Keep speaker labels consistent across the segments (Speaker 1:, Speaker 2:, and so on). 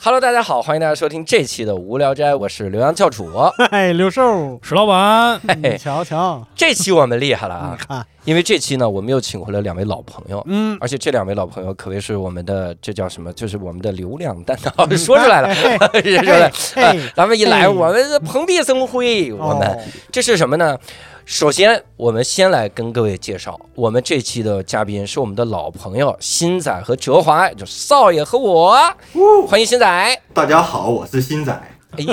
Speaker 1: Hello，大家好，欢迎大家收听这期的《无聊斋》，我是刘洋教主。
Speaker 2: 哎，刘寿，
Speaker 3: 史老板，
Speaker 1: 嘿嘿，
Speaker 2: 瞧瞧，
Speaker 1: 这期我们厉害了啊！
Speaker 2: 看，
Speaker 1: 因为这期呢，我们又请回了两位老朋友，
Speaker 2: 嗯，
Speaker 1: 而且这两位老朋友可谓是我们的这叫什么？就是我们的流量担 当，说出来了，
Speaker 2: 哎
Speaker 1: 说出来了。
Speaker 2: 哎
Speaker 1: 啊咱们一来，
Speaker 2: 哎
Speaker 1: 我们蓬荜生辉。我们
Speaker 2: 哦
Speaker 1: 这是什么呢？首先，我们先来跟各位介绍，我们这期的嘉宾是我们的老朋友新仔和哲华，就少爷和我。欢迎新仔，哎
Speaker 4: 大家好，我是新仔。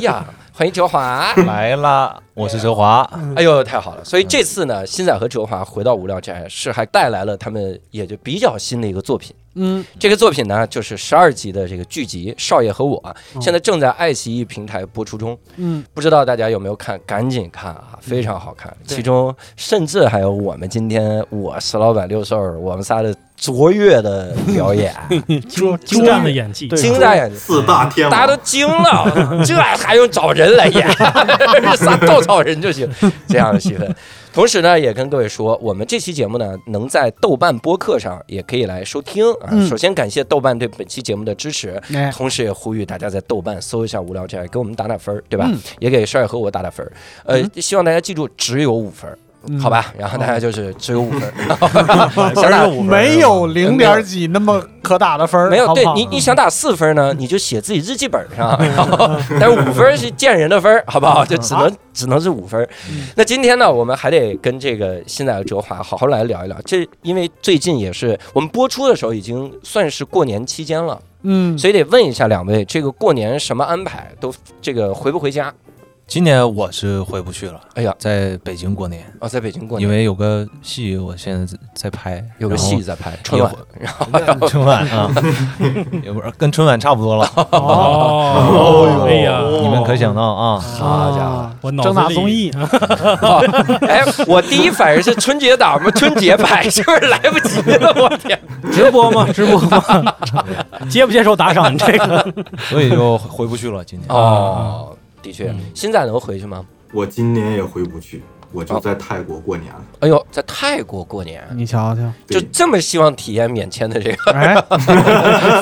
Speaker 1: 呀， 欢迎哲华。
Speaker 3: 来啦！我是哲华，
Speaker 1: 哎呦，太好了！所以这次呢，新仔和哲华回到无聊斋是还带来了他们也就比较新的一个作品。
Speaker 2: 嗯，
Speaker 1: 这个作品呢，就是十二集的这个剧集《少爷和我》，现在正在爱奇艺平台播出中。
Speaker 2: 嗯，
Speaker 1: 不知道大家有没有看？赶紧看啊，非常好看。其中甚至还有我们今天我石老板六兽儿我们仨的卓越的表演，
Speaker 2: 桌
Speaker 3: 精湛的演技，
Speaker 2: 对
Speaker 1: 惊在眼睛。
Speaker 4: 四大天王，
Speaker 1: 嗯大家都惊 了，这还用找人来演？ 啥稻草人就行，这样的戏份。同时呢，也跟各位说，我们这期节目呢，能在豆瓣播客上也可以来收听啊。
Speaker 2: 嗯
Speaker 1: 首先感谢豆瓣对本期节目的支持，
Speaker 2: 哎，
Speaker 1: 同时也呼吁大家在豆瓣搜一下“无聊斋”，给我们打打分儿，对吧？
Speaker 2: 嗯
Speaker 1: 也给帅和我打打分儿。呃，希望大家记住，只有五分儿。
Speaker 2: 嗯
Speaker 1: 好吧，然后大家就是只有五分儿， 想 打
Speaker 2: 没有零点几那么可打的分儿，
Speaker 1: 没有，
Speaker 2: 好不
Speaker 1: 对
Speaker 2: 好嗯
Speaker 1: 你你想打四分呢，你就写自己日记本 上，然后 但是五分是见人的分儿，好不
Speaker 2: 嗯
Speaker 1: 好？就只能只能是五分。那今天呢，我们还得跟这个新仔的哲华好好来聊一聊，这因为最近也是我们播出的时候已经算是过年期间了，
Speaker 2: 嗯，
Speaker 1: 所以得问一下两位，这个过年什么安排？都这个回不回家？
Speaker 5: 今年我是回不去了，
Speaker 1: 哎呀，
Speaker 5: 在北京过年，
Speaker 1: 哦，在北京过
Speaker 5: 因
Speaker 1: 年。
Speaker 5: 为有个戏，我现在在在拍，
Speaker 1: 有个
Speaker 5: 然后
Speaker 1: 戏在拍春晚，
Speaker 5: 春晚 啊，也不是跟春晚差不多了，
Speaker 3: 哦，哎呀，
Speaker 5: 你们可想到
Speaker 1: 哦
Speaker 5: 啊？
Speaker 1: 好家伙！
Speaker 3: 我脑
Speaker 2: 正
Speaker 3: 子
Speaker 2: 大
Speaker 3: 里
Speaker 2: 综艺， 啊
Speaker 1: 哎，我第一反应是春节档嘛，春节拍是不是来不及了？我天！
Speaker 3: 直播吗？直播吗？ 接不接受打赏？这个
Speaker 5: 所以就回不去了。今年
Speaker 1: 哦，的确，新仔能回去吗？
Speaker 4: 我今年也回不去，我就在泰国过年了。
Speaker 1: 哎呦，在泰国过年，
Speaker 2: 你瞧瞧，
Speaker 1: 就
Speaker 4: 对，
Speaker 1: 这么希望体验免签的这个
Speaker 2: 哎，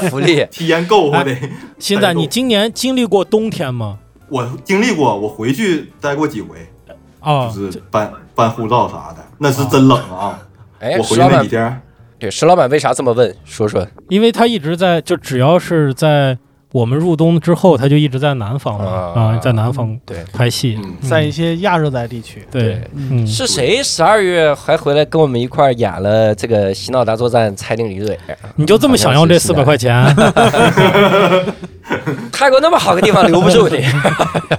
Speaker 1: 福利，
Speaker 4: 体验够我得。
Speaker 6: 现在你今年经历过冬天吗？
Speaker 4: 我经历过，我回去待过几回，
Speaker 1: 嗯
Speaker 6: 啊，
Speaker 4: 就是办办护照啥的，那是真冷啊！
Speaker 1: 哎，
Speaker 4: 我
Speaker 1: 石
Speaker 4: 回去
Speaker 1: 老
Speaker 4: 那
Speaker 1: 板
Speaker 4: 几，天，
Speaker 1: 对石老板为啥这么问？说说，
Speaker 6: 因为他一直在，就只要是在我们入冬之后，他就一直在南方了
Speaker 1: 啊
Speaker 6: 啊，在南方
Speaker 1: 对
Speaker 6: 拍戏。
Speaker 4: 嗯，
Speaker 2: 在一些亚热带地区，
Speaker 6: 对，嗯，
Speaker 1: 是谁十二月还回来跟我们一块儿演了这个《洗脑大作战》猜定离嘴？
Speaker 6: 你就这么想要
Speaker 3: 啊
Speaker 6: 这四百块钱？
Speaker 1: 泰国那么好个地方留不住 你，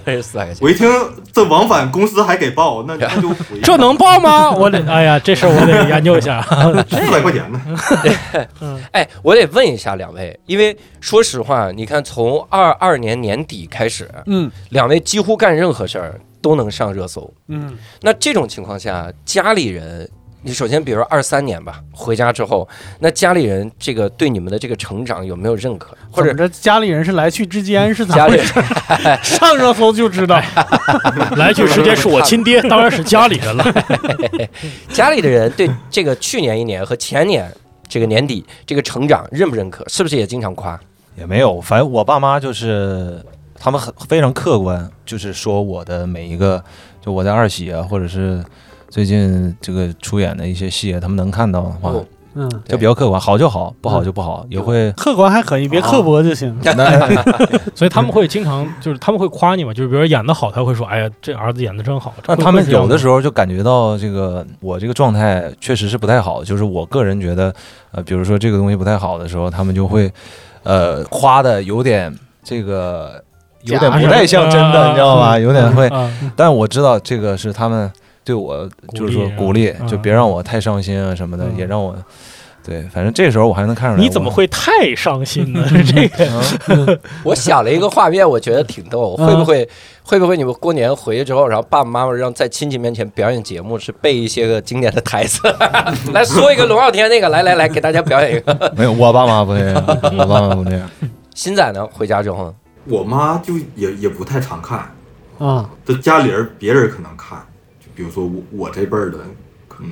Speaker 1: 哎四百块钱。
Speaker 4: 我一听这往返公司还给报， 那那就回
Speaker 6: 这能报吗？我得，哎呀，这事儿我得研究 一下。
Speaker 4: 四百块钱呢。
Speaker 1: 哎，我得问一下两位，因为说实话，你看从二二年年底开始，
Speaker 2: 嗯，
Speaker 1: 两位几乎干任何事儿都能上热搜。
Speaker 2: 嗯，
Speaker 1: 那这种情况下，家里人，你首先比如说二三年吧，回家之后，那家里人这个对你们的这个成长有没有认可，或者
Speaker 2: 怎么着家里人是来去之间是 咋
Speaker 1: 家里
Speaker 2: 回
Speaker 1: 人
Speaker 2: 事？ 上热搜就知道，
Speaker 6: 来去直接是我亲爹，当然是家里人了。
Speaker 1: 家里的人对这个去年一年和前年这个年底这个成长认不认可，是不是也经常夸？
Speaker 5: 也没有，反正我爸妈就是他们很非常客观，就是说我的每一个，就我在二喜啊，或者是最近这个出演的一些戏啊，他们能看到的话，
Speaker 1: 哦
Speaker 2: 嗯，
Speaker 5: 就比较客观，好就好，不好就不好，也会
Speaker 2: 客观还可以，别刻薄就行。
Speaker 6: 所以他们会经常就是他们会夸你嘛，就是比如演的好，他会说，哎呀，这儿子演的真好。
Speaker 5: 那他们有的
Speaker 6: 时
Speaker 5: 时候就感觉到这个我这个状态确实是不太好，就是我个人觉得，呃，比如说这个东西不太好的时候，他们就会，呃，夸的有点这个有点不太像真的，你知道吧？ 有点会，
Speaker 6: 啊，
Speaker 5: 但我知道这个是他们对我就是说
Speaker 6: 鼓
Speaker 5: 鼓励，
Speaker 6: 嗯
Speaker 5: 就别让我太伤心啊什么的，
Speaker 6: 嗯
Speaker 5: 也让我。对，反正这时候我还能看出来。
Speaker 6: 你怎么
Speaker 5: 我？
Speaker 6: 会太伤心 呢？这个
Speaker 1: 我想了一个画面，我觉得挺逗，会不会会不会你们过年回去之后，然后爸爸妈妈让在亲戚面前表演节目，是背一些个经典的台词， 来说一个龙傲天那个，来来来，给大家表演一个。
Speaker 5: 没有，我爸妈不这样，我爸妈不这样。
Speaker 1: 新仔呢，回家之后
Speaker 4: 我妈就也也不太常看，
Speaker 2: 啊，
Speaker 4: 这家里人别人可能看，就比如说我我这辈儿的，可能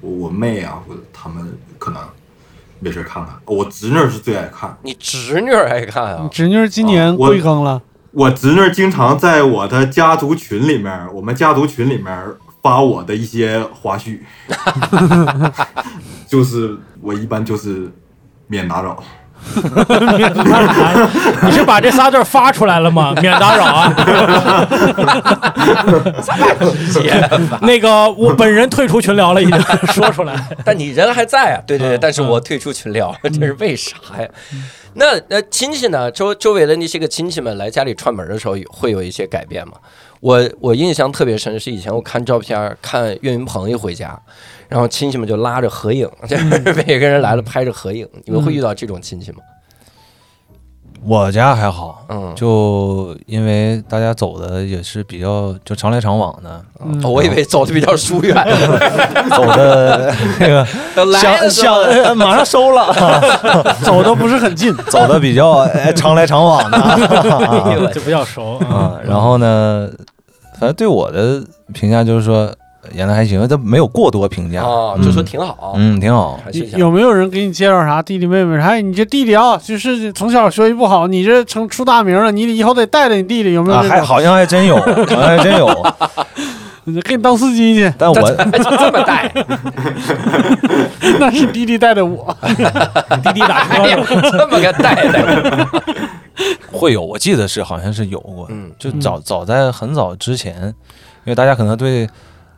Speaker 4: 我我妹啊，或者他们可能没事儿看看。我侄女儿是最爱看，
Speaker 1: 你侄女儿爱看啊？
Speaker 2: 侄女儿今年
Speaker 4: 啊我
Speaker 2: 贵庚了？
Speaker 4: 我侄女儿经常在我的家族群里面，我们家族群里面发我的一些花絮， 就是我一般就是免打扰。
Speaker 6: 你是把这仨字儿发出来 了吗？免打扰啊！那个，我本人退出群聊了，已经 说出来。
Speaker 1: 但你人还在啊？对对对，
Speaker 6: 嗯
Speaker 1: 但是我退出群聊了， 这是为啥呀？那呃，亲戚呢？周周围的那些个亲戚们来家里串门的时候，有会有一些改变吗？我我印象特别深，是以前我看照片儿，看岳云鹏一回家，然后亲戚们就拉着合影，就是每个人来了拍着合影。你们会遇到这种亲戚吗？
Speaker 5: 我家还好，
Speaker 1: 嗯，
Speaker 5: 就因为大家走的也是比较就常来常往的，
Speaker 2: 嗯
Speaker 1: 哦我以为走的比较疏远，
Speaker 5: 走 的那个
Speaker 1: 来
Speaker 5: 想
Speaker 1: 的时候
Speaker 5: 想呃马上收了，
Speaker 2: 走的不是很近，
Speaker 5: 走的比较哎常来常往的啊
Speaker 6: 就比较熟
Speaker 2: 嗯
Speaker 6: 啊。
Speaker 5: 啊。然后呢，反正对我的评价就是说演的还行，但没有过多评价，
Speaker 1: 哦，就说挺好，
Speaker 5: 嗯挺好。
Speaker 1: 还是想
Speaker 2: 有没有人给你介绍啥弟弟妹妹啥？哎，你这弟弟啊，就是从小学习不好，你这成出大名了，你得以后得带着你弟弟，有没有
Speaker 5: 啊，
Speaker 2: 这
Speaker 5: 还
Speaker 2: 种？
Speaker 5: 好像还真有，好像还 真有，
Speaker 2: 你给你当司机去，
Speaker 5: 但我
Speaker 1: 哎就这么带，
Speaker 2: 那是弟弟带着我。
Speaker 6: 滴滴打车
Speaker 1: 哎呀，这么个带带，
Speaker 5: 会有，我记得是好像是有过，
Speaker 1: 嗯
Speaker 5: 就早早在很早之前，因为大家可能对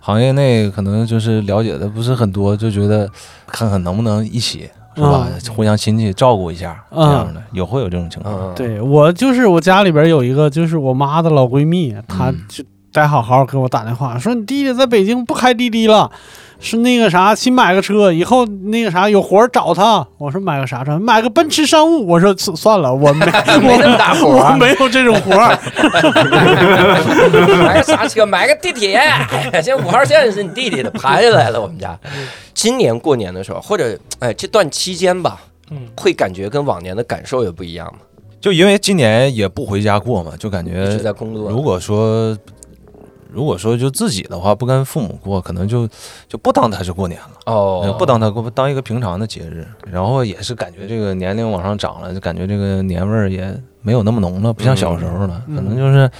Speaker 5: 行业内可能就是了解的不是很多，就觉得看看能不能一起是吧，互相亲戚照顾一下这样的，有会有这种情况。
Speaker 1: 嗯，
Speaker 2: 对我就是我家里边有一个就是我妈的老闺蜜，她
Speaker 5: 嗯
Speaker 2: 就得好好给我打电话，说你弟弟在北京不开滴滴了，是那个啥新买个车，以后那个啥有活儿找他。我说买个啥车？买个奔驰商务。我说算算了，我没
Speaker 1: 嗯没那么大活
Speaker 2: 我
Speaker 1: 儿啊
Speaker 2: 我没有这种活儿。
Speaker 1: 买个啥哎车？买个地铁。哎现在五号线是你弟弟的，爬下来了。我们家今年过年的时候，或者哎这段期间吧，
Speaker 6: 嗯，
Speaker 1: 会感觉跟往年的感受也不一样嘛，
Speaker 5: 就因为今年也不回家过嘛，就感
Speaker 1: 一直
Speaker 5: 觉
Speaker 1: 在工
Speaker 5: 呃如
Speaker 1: 作。
Speaker 5: 果说如果说就自己的话，不跟父母过，可能就就不当它是过年了。呃
Speaker 1: 哦，
Speaker 5: 不当它过当一个平常的节日，然后也是感觉这个年龄往上涨了，就感觉这个年味儿也没有那么浓了，不像小时候了。
Speaker 2: 嗯
Speaker 5: 可能就是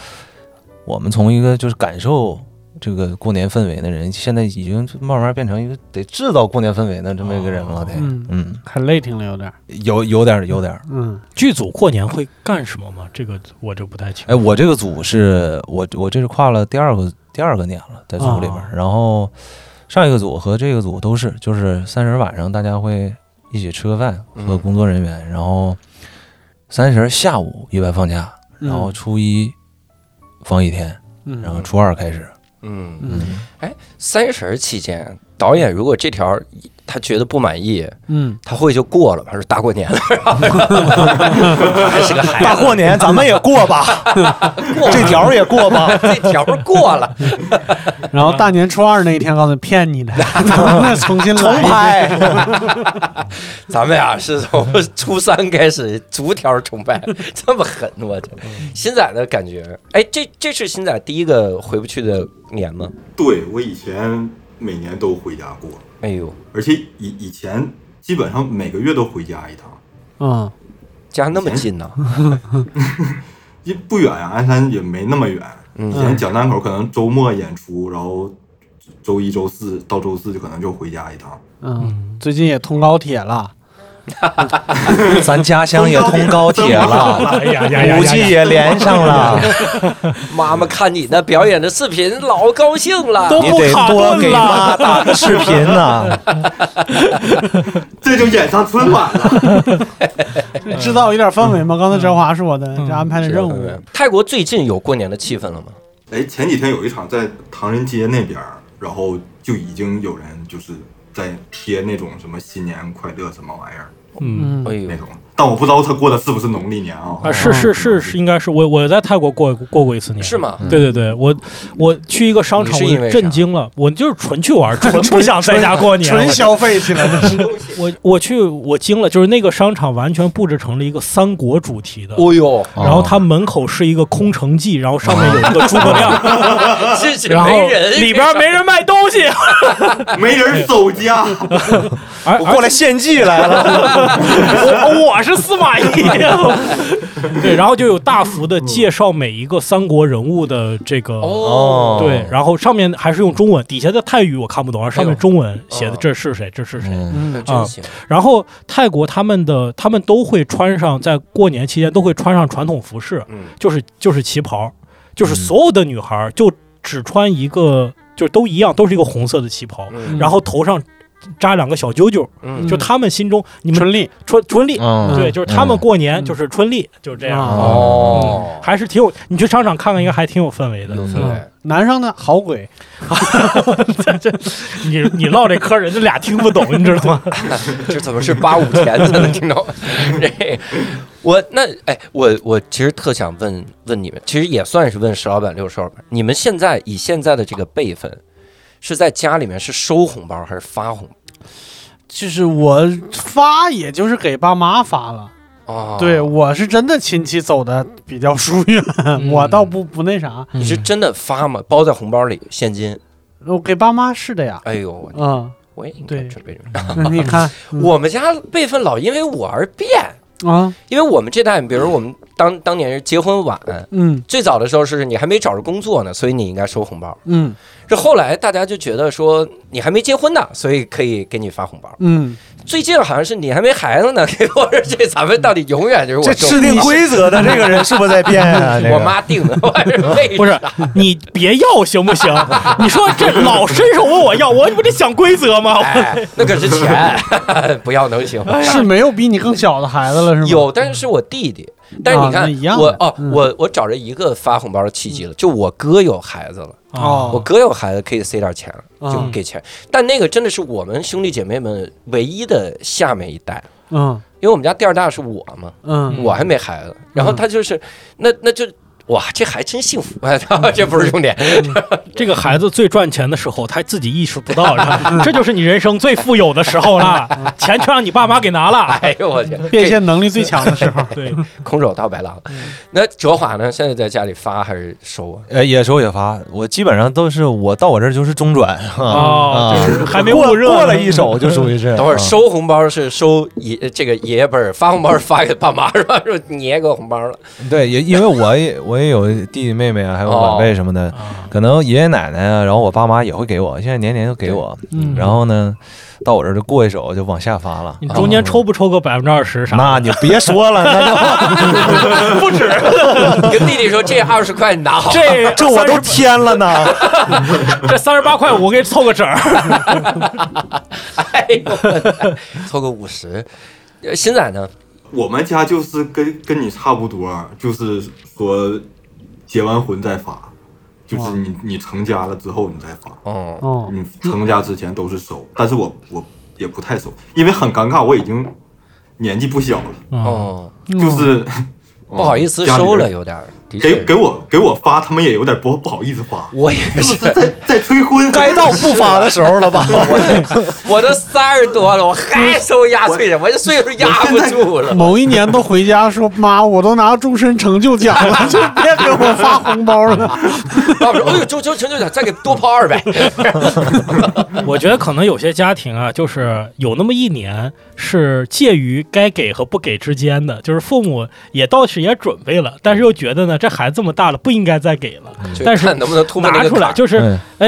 Speaker 5: 我们从一个就是感受这个过年氛围的人，现在已经慢慢变成一个得制造过年氛围的这么一个人了，得。
Speaker 2: 嗯，
Speaker 5: 嗯，
Speaker 2: 很累挺了有点儿。
Speaker 5: 有有点儿有点儿。
Speaker 2: 嗯
Speaker 6: 剧组过年会干什么吗？这个我就不太清。
Speaker 5: 哎，我这个组是我我这是跨了第二个第二个年了，在组里边儿。然后上一个组和这个组都是，就是三十晚上大家会一起吃个饭，和
Speaker 1: 嗯
Speaker 5: 工作人员，然后三十下午一般放假，
Speaker 2: 嗯
Speaker 5: 然后初一放一天，
Speaker 2: 嗯，
Speaker 5: 然后初二开始。
Speaker 1: 嗯，
Speaker 2: 嗯
Speaker 5: 嗯，
Speaker 1: 三十儿期间，导演如果这条他觉得不满意，
Speaker 2: 嗯，
Speaker 1: 他会就过了吧？他说大过年了， 还是个孩子，
Speaker 5: 过年咱们也过 吧，
Speaker 1: 过了
Speaker 5: 条也过吧。
Speaker 1: 这条儿过了，
Speaker 2: 然后大年初二那一天告诉你骗你的，那 重新来一遍。
Speaker 1: 咱们呀是从初三开始逐条崇拜， 这么狠，我这新仔的感觉，哎，这这是新仔第一个回不去的年吗？
Speaker 4: 对我以前每年都回家过，
Speaker 1: 哎呦，
Speaker 4: 而且以以前基本上每个月都回家一趟，
Speaker 2: 嗯
Speaker 1: 家那么近呢？
Speaker 4: 也不远呀、鞍山也没那么远。以
Speaker 1: 嗯
Speaker 4: 前蒋单口可能周末演出，然后周一周四到周四就可能就回家一趟。
Speaker 2: 嗯，最近也通高铁了。
Speaker 5: 咱家乡也通高铁了，
Speaker 6: 哎呀呀呀
Speaker 5: 五 G
Speaker 6: 呀！
Speaker 5: 也连上了，
Speaker 1: 妈妈看你那表演的视频老高兴了，
Speaker 2: 都
Speaker 5: 你
Speaker 2: 不
Speaker 5: 得
Speaker 2: 卡
Speaker 5: 多
Speaker 2: 顿
Speaker 5: 给
Speaker 2: 了
Speaker 5: 妈打个视频 呐。
Speaker 4: 这就演上春晚了。
Speaker 2: 制造一点氛围嘛。刚才哲华说的，这安排的任务，
Speaker 1: 泰国最近有过年的气氛了吗？
Speaker 4: 哎，前几天有一场在唐人街那边儿，然后就已经有人就是在贴那种什么新年快乐什么玩意儿
Speaker 2: 嗯
Speaker 6: 嗯，
Speaker 1: 哎，
Speaker 4: 那
Speaker 1: 呦，
Speaker 4: 种，但我不知道他过的是不是农历年啊。
Speaker 6: 啊， 是是是是，应该是我我在泰国过过过一次年，
Speaker 1: 是？吗？
Speaker 6: 对对对，我我去一个商场，
Speaker 1: 嗯你是因为
Speaker 6: 我
Speaker 1: 啥
Speaker 6: 震惊了，我就是纯去 玩，纯不想在家过年，
Speaker 2: 纯消费去了，这是。
Speaker 6: 我我去，我惊了，就是那个商场完全布置成了一个三国主题的，
Speaker 1: 哦呦，
Speaker 6: 然后它门口是一个空城计，然后上面有一个诸葛 亮，
Speaker 1: 这是
Speaker 6: 然后
Speaker 1: 哦没人
Speaker 6: 里边没人卖东 西，
Speaker 4: 没人走家，
Speaker 6: 而
Speaker 3: 我
Speaker 6: 而
Speaker 3: 过来献祭来了，
Speaker 6: 哎我我是司马懿， 对，然后就有大幅的介绍每一个三国人物的这个。
Speaker 1: 哦，
Speaker 6: 对，然后上面还是用中文，底下的泰语我看不懂，而上
Speaker 1: 哎
Speaker 6: 面
Speaker 1: 呦
Speaker 6: 中文写的
Speaker 1: 嗯
Speaker 6: 这是谁，这是谁。
Speaker 5: 嗯
Speaker 1: 那真行，
Speaker 6: 然后泰国他们的他们都会穿上，在过年期间都会穿上传统服饰，
Speaker 1: 嗯
Speaker 6: 就是就是旗袍，就是
Speaker 5: 嗯
Speaker 6: 所有的女孩儿就只穿一个，就是都一样，都是一个红色的旗袍，
Speaker 1: 嗯
Speaker 6: 然后头上扎两个小揪揪，
Speaker 1: 嗯
Speaker 6: 就他们心中你们
Speaker 2: 春丽
Speaker 6: 春春丽，
Speaker 5: 嗯
Speaker 6: 对，就是他们过年
Speaker 2: 嗯
Speaker 6: 就是春丽，就是这样，
Speaker 2: 啊
Speaker 1: 嗯哦，
Speaker 6: 还是挺有，你去商场看看，应该还挺有氛围的。
Speaker 5: 嗯
Speaker 1: 对，
Speaker 2: 男生呢，好鬼，
Speaker 6: 你你唠这嗑，人家俩听不懂，你知道吗？
Speaker 1: 这怎么是八五前才能听到？ 这我那哎，我我其实特想问问你们，其实也算是问石老板、六叔老板，你们现在以现在的这个辈分，是在家里面是收红包还是发红
Speaker 2: 就是我发，也就是给爸妈发了。
Speaker 1: 包？哦，
Speaker 2: 对，嗯我是真的亲戚走的比较疏远，我倒不不那啥，
Speaker 1: 你是真的发吗？包在红包里，现金？
Speaker 2: 我给爸妈是的呀。
Speaker 1: 哎呦，我
Speaker 2: 嗯，
Speaker 1: 我也应该
Speaker 2: 对嗯
Speaker 1: 准备准备。
Speaker 2: 那你看
Speaker 1: 我们家辈分老因为我而变，
Speaker 2: 啊，
Speaker 1: 因为我们这代，比如我们当当年是结婚晚，
Speaker 2: 嗯
Speaker 1: 最早的时候是你还没找着工作呢，所以你应该收红包。
Speaker 2: 嗯
Speaker 1: 这后来大家就觉得说你还没结婚呢，所以可以给你发红包。
Speaker 2: 嗯，
Speaker 1: 最近好像是你还没孩子呢， 给我说这咱们到底永远就是
Speaker 3: 这
Speaker 1: 我收
Speaker 3: 制定规则 的这个人 是不是在变 啊？这个
Speaker 1: 我妈定的，我是为
Speaker 6: 不是你别要行 不行？你说这老伸手问我要，我你不得想规则吗？
Speaker 1: 哎，那可是钱， 不要能行吗？
Speaker 2: 是没有比你更小的孩子哎了是吗？
Speaker 1: 哎有，但是是我弟弟。但是你
Speaker 2: 啊那一
Speaker 1: 看，
Speaker 2: 样的
Speaker 1: 我哦，
Speaker 2: 嗯
Speaker 1: 我我找着一个发红包的契机了，就我哥有孩子了，
Speaker 6: 啊
Speaker 2: 哦
Speaker 1: 我哥有孩子可以塞点钱了，就
Speaker 2: 嗯
Speaker 1: 给钱。但那个真的是我们兄弟姐妹们唯一的下面一代，
Speaker 2: 嗯
Speaker 1: 因为我们家第二大是我嘛，
Speaker 2: 嗯
Speaker 1: 我还没孩子，然后他就是，那那就哇，这还真幸福，啊 这不是重点，
Speaker 2: 嗯
Speaker 6: 这个孩子最赚钱的时候，他自己意识不到，
Speaker 5: 嗯
Speaker 6: 这就是你人生最富有的时候了，钱全让你爸妈给拿 了。
Speaker 1: 哎呦我去，
Speaker 2: 变现嗯能力最强的时候，
Speaker 6: 对，
Speaker 5: 嗯
Speaker 1: 这空手套白狼。那哲华呢？现在在家里发还是收啊？
Speaker 5: 呃，也收也发，我基本上都是我到我这儿就是中转
Speaker 6: 哦
Speaker 5: 啊
Speaker 6: 就是还没
Speaker 5: 过
Speaker 6: 捂热
Speaker 5: 过
Speaker 6: 呢
Speaker 5: 了一手就属于 是。
Speaker 1: 等会儿收红包是收爷这个爷爷辈儿，发红包是 发给爸妈是吧？说你爷给我红包了，
Speaker 5: 啊对，也因为我也我也有弟弟妹妹啊，还有晚
Speaker 6: 哦
Speaker 5: 辈什么的，可能爷爷奶奶啊，然后我爸妈也会给我，现在年年都给我。然后呢，到我这儿就过一手就往下发了
Speaker 6: 嗯你。中间抽不抽个百分之二十啥？
Speaker 5: 那你别说了，那 就
Speaker 6: 不止，
Speaker 1: 跟弟弟说这二十块你 拿好。
Speaker 6: 这
Speaker 5: 这我都添了呢。
Speaker 6: 这三十八块五给凑个整儿。
Speaker 1: 哎呦我的， 凑个五十。呃新仔呢？
Speaker 4: 我们家就是跟跟你差不多，啊就是说结完婚再发，就是
Speaker 1: 哦
Speaker 4: 你你成家了之后你再发，
Speaker 1: 嗯，
Speaker 2: 哦，
Speaker 4: 你成家之前都是收，但是我我也不太收，因为很尴尬，我已经年纪不小了，
Speaker 2: 嗯
Speaker 1: 哦，
Speaker 4: 就是、
Speaker 1: 不好意思
Speaker 4: 家里人
Speaker 1: 收了，有点儿。的
Speaker 4: 给
Speaker 1: 确，
Speaker 4: 给我给我发，他们也有点不不好意思发，
Speaker 1: 我也
Speaker 4: 就是
Speaker 1: 是。
Speaker 4: 在在催婚，
Speaker 5: 该到不发的时候了吧？
Speaker 1: 我都三十多了，我还收压岁钱，我这岁数压不住了。
Speaker 2: 某一年都回家说妈，我都拿终身成就奖了，就别给我发红包了。
Speaker 1: 爸爸说：“哎呦，就就成就奖，再给多抛二 百。
Speaker 6: 我觉得可能有些家庭啊，就是有那么一年是介于该给和不给之间的，就是父母也倒是也准备了，但是又觉得呢，这孩子这么大了，不应该再给了，”但是
Speaker 1: 看 能不能突破那
Speaker 6: 拿
Speaker 1: 个
Speaker 6: 出来
Speaker 1: 坎儿
Speaker 6: 就是
Speaker 5: 嗯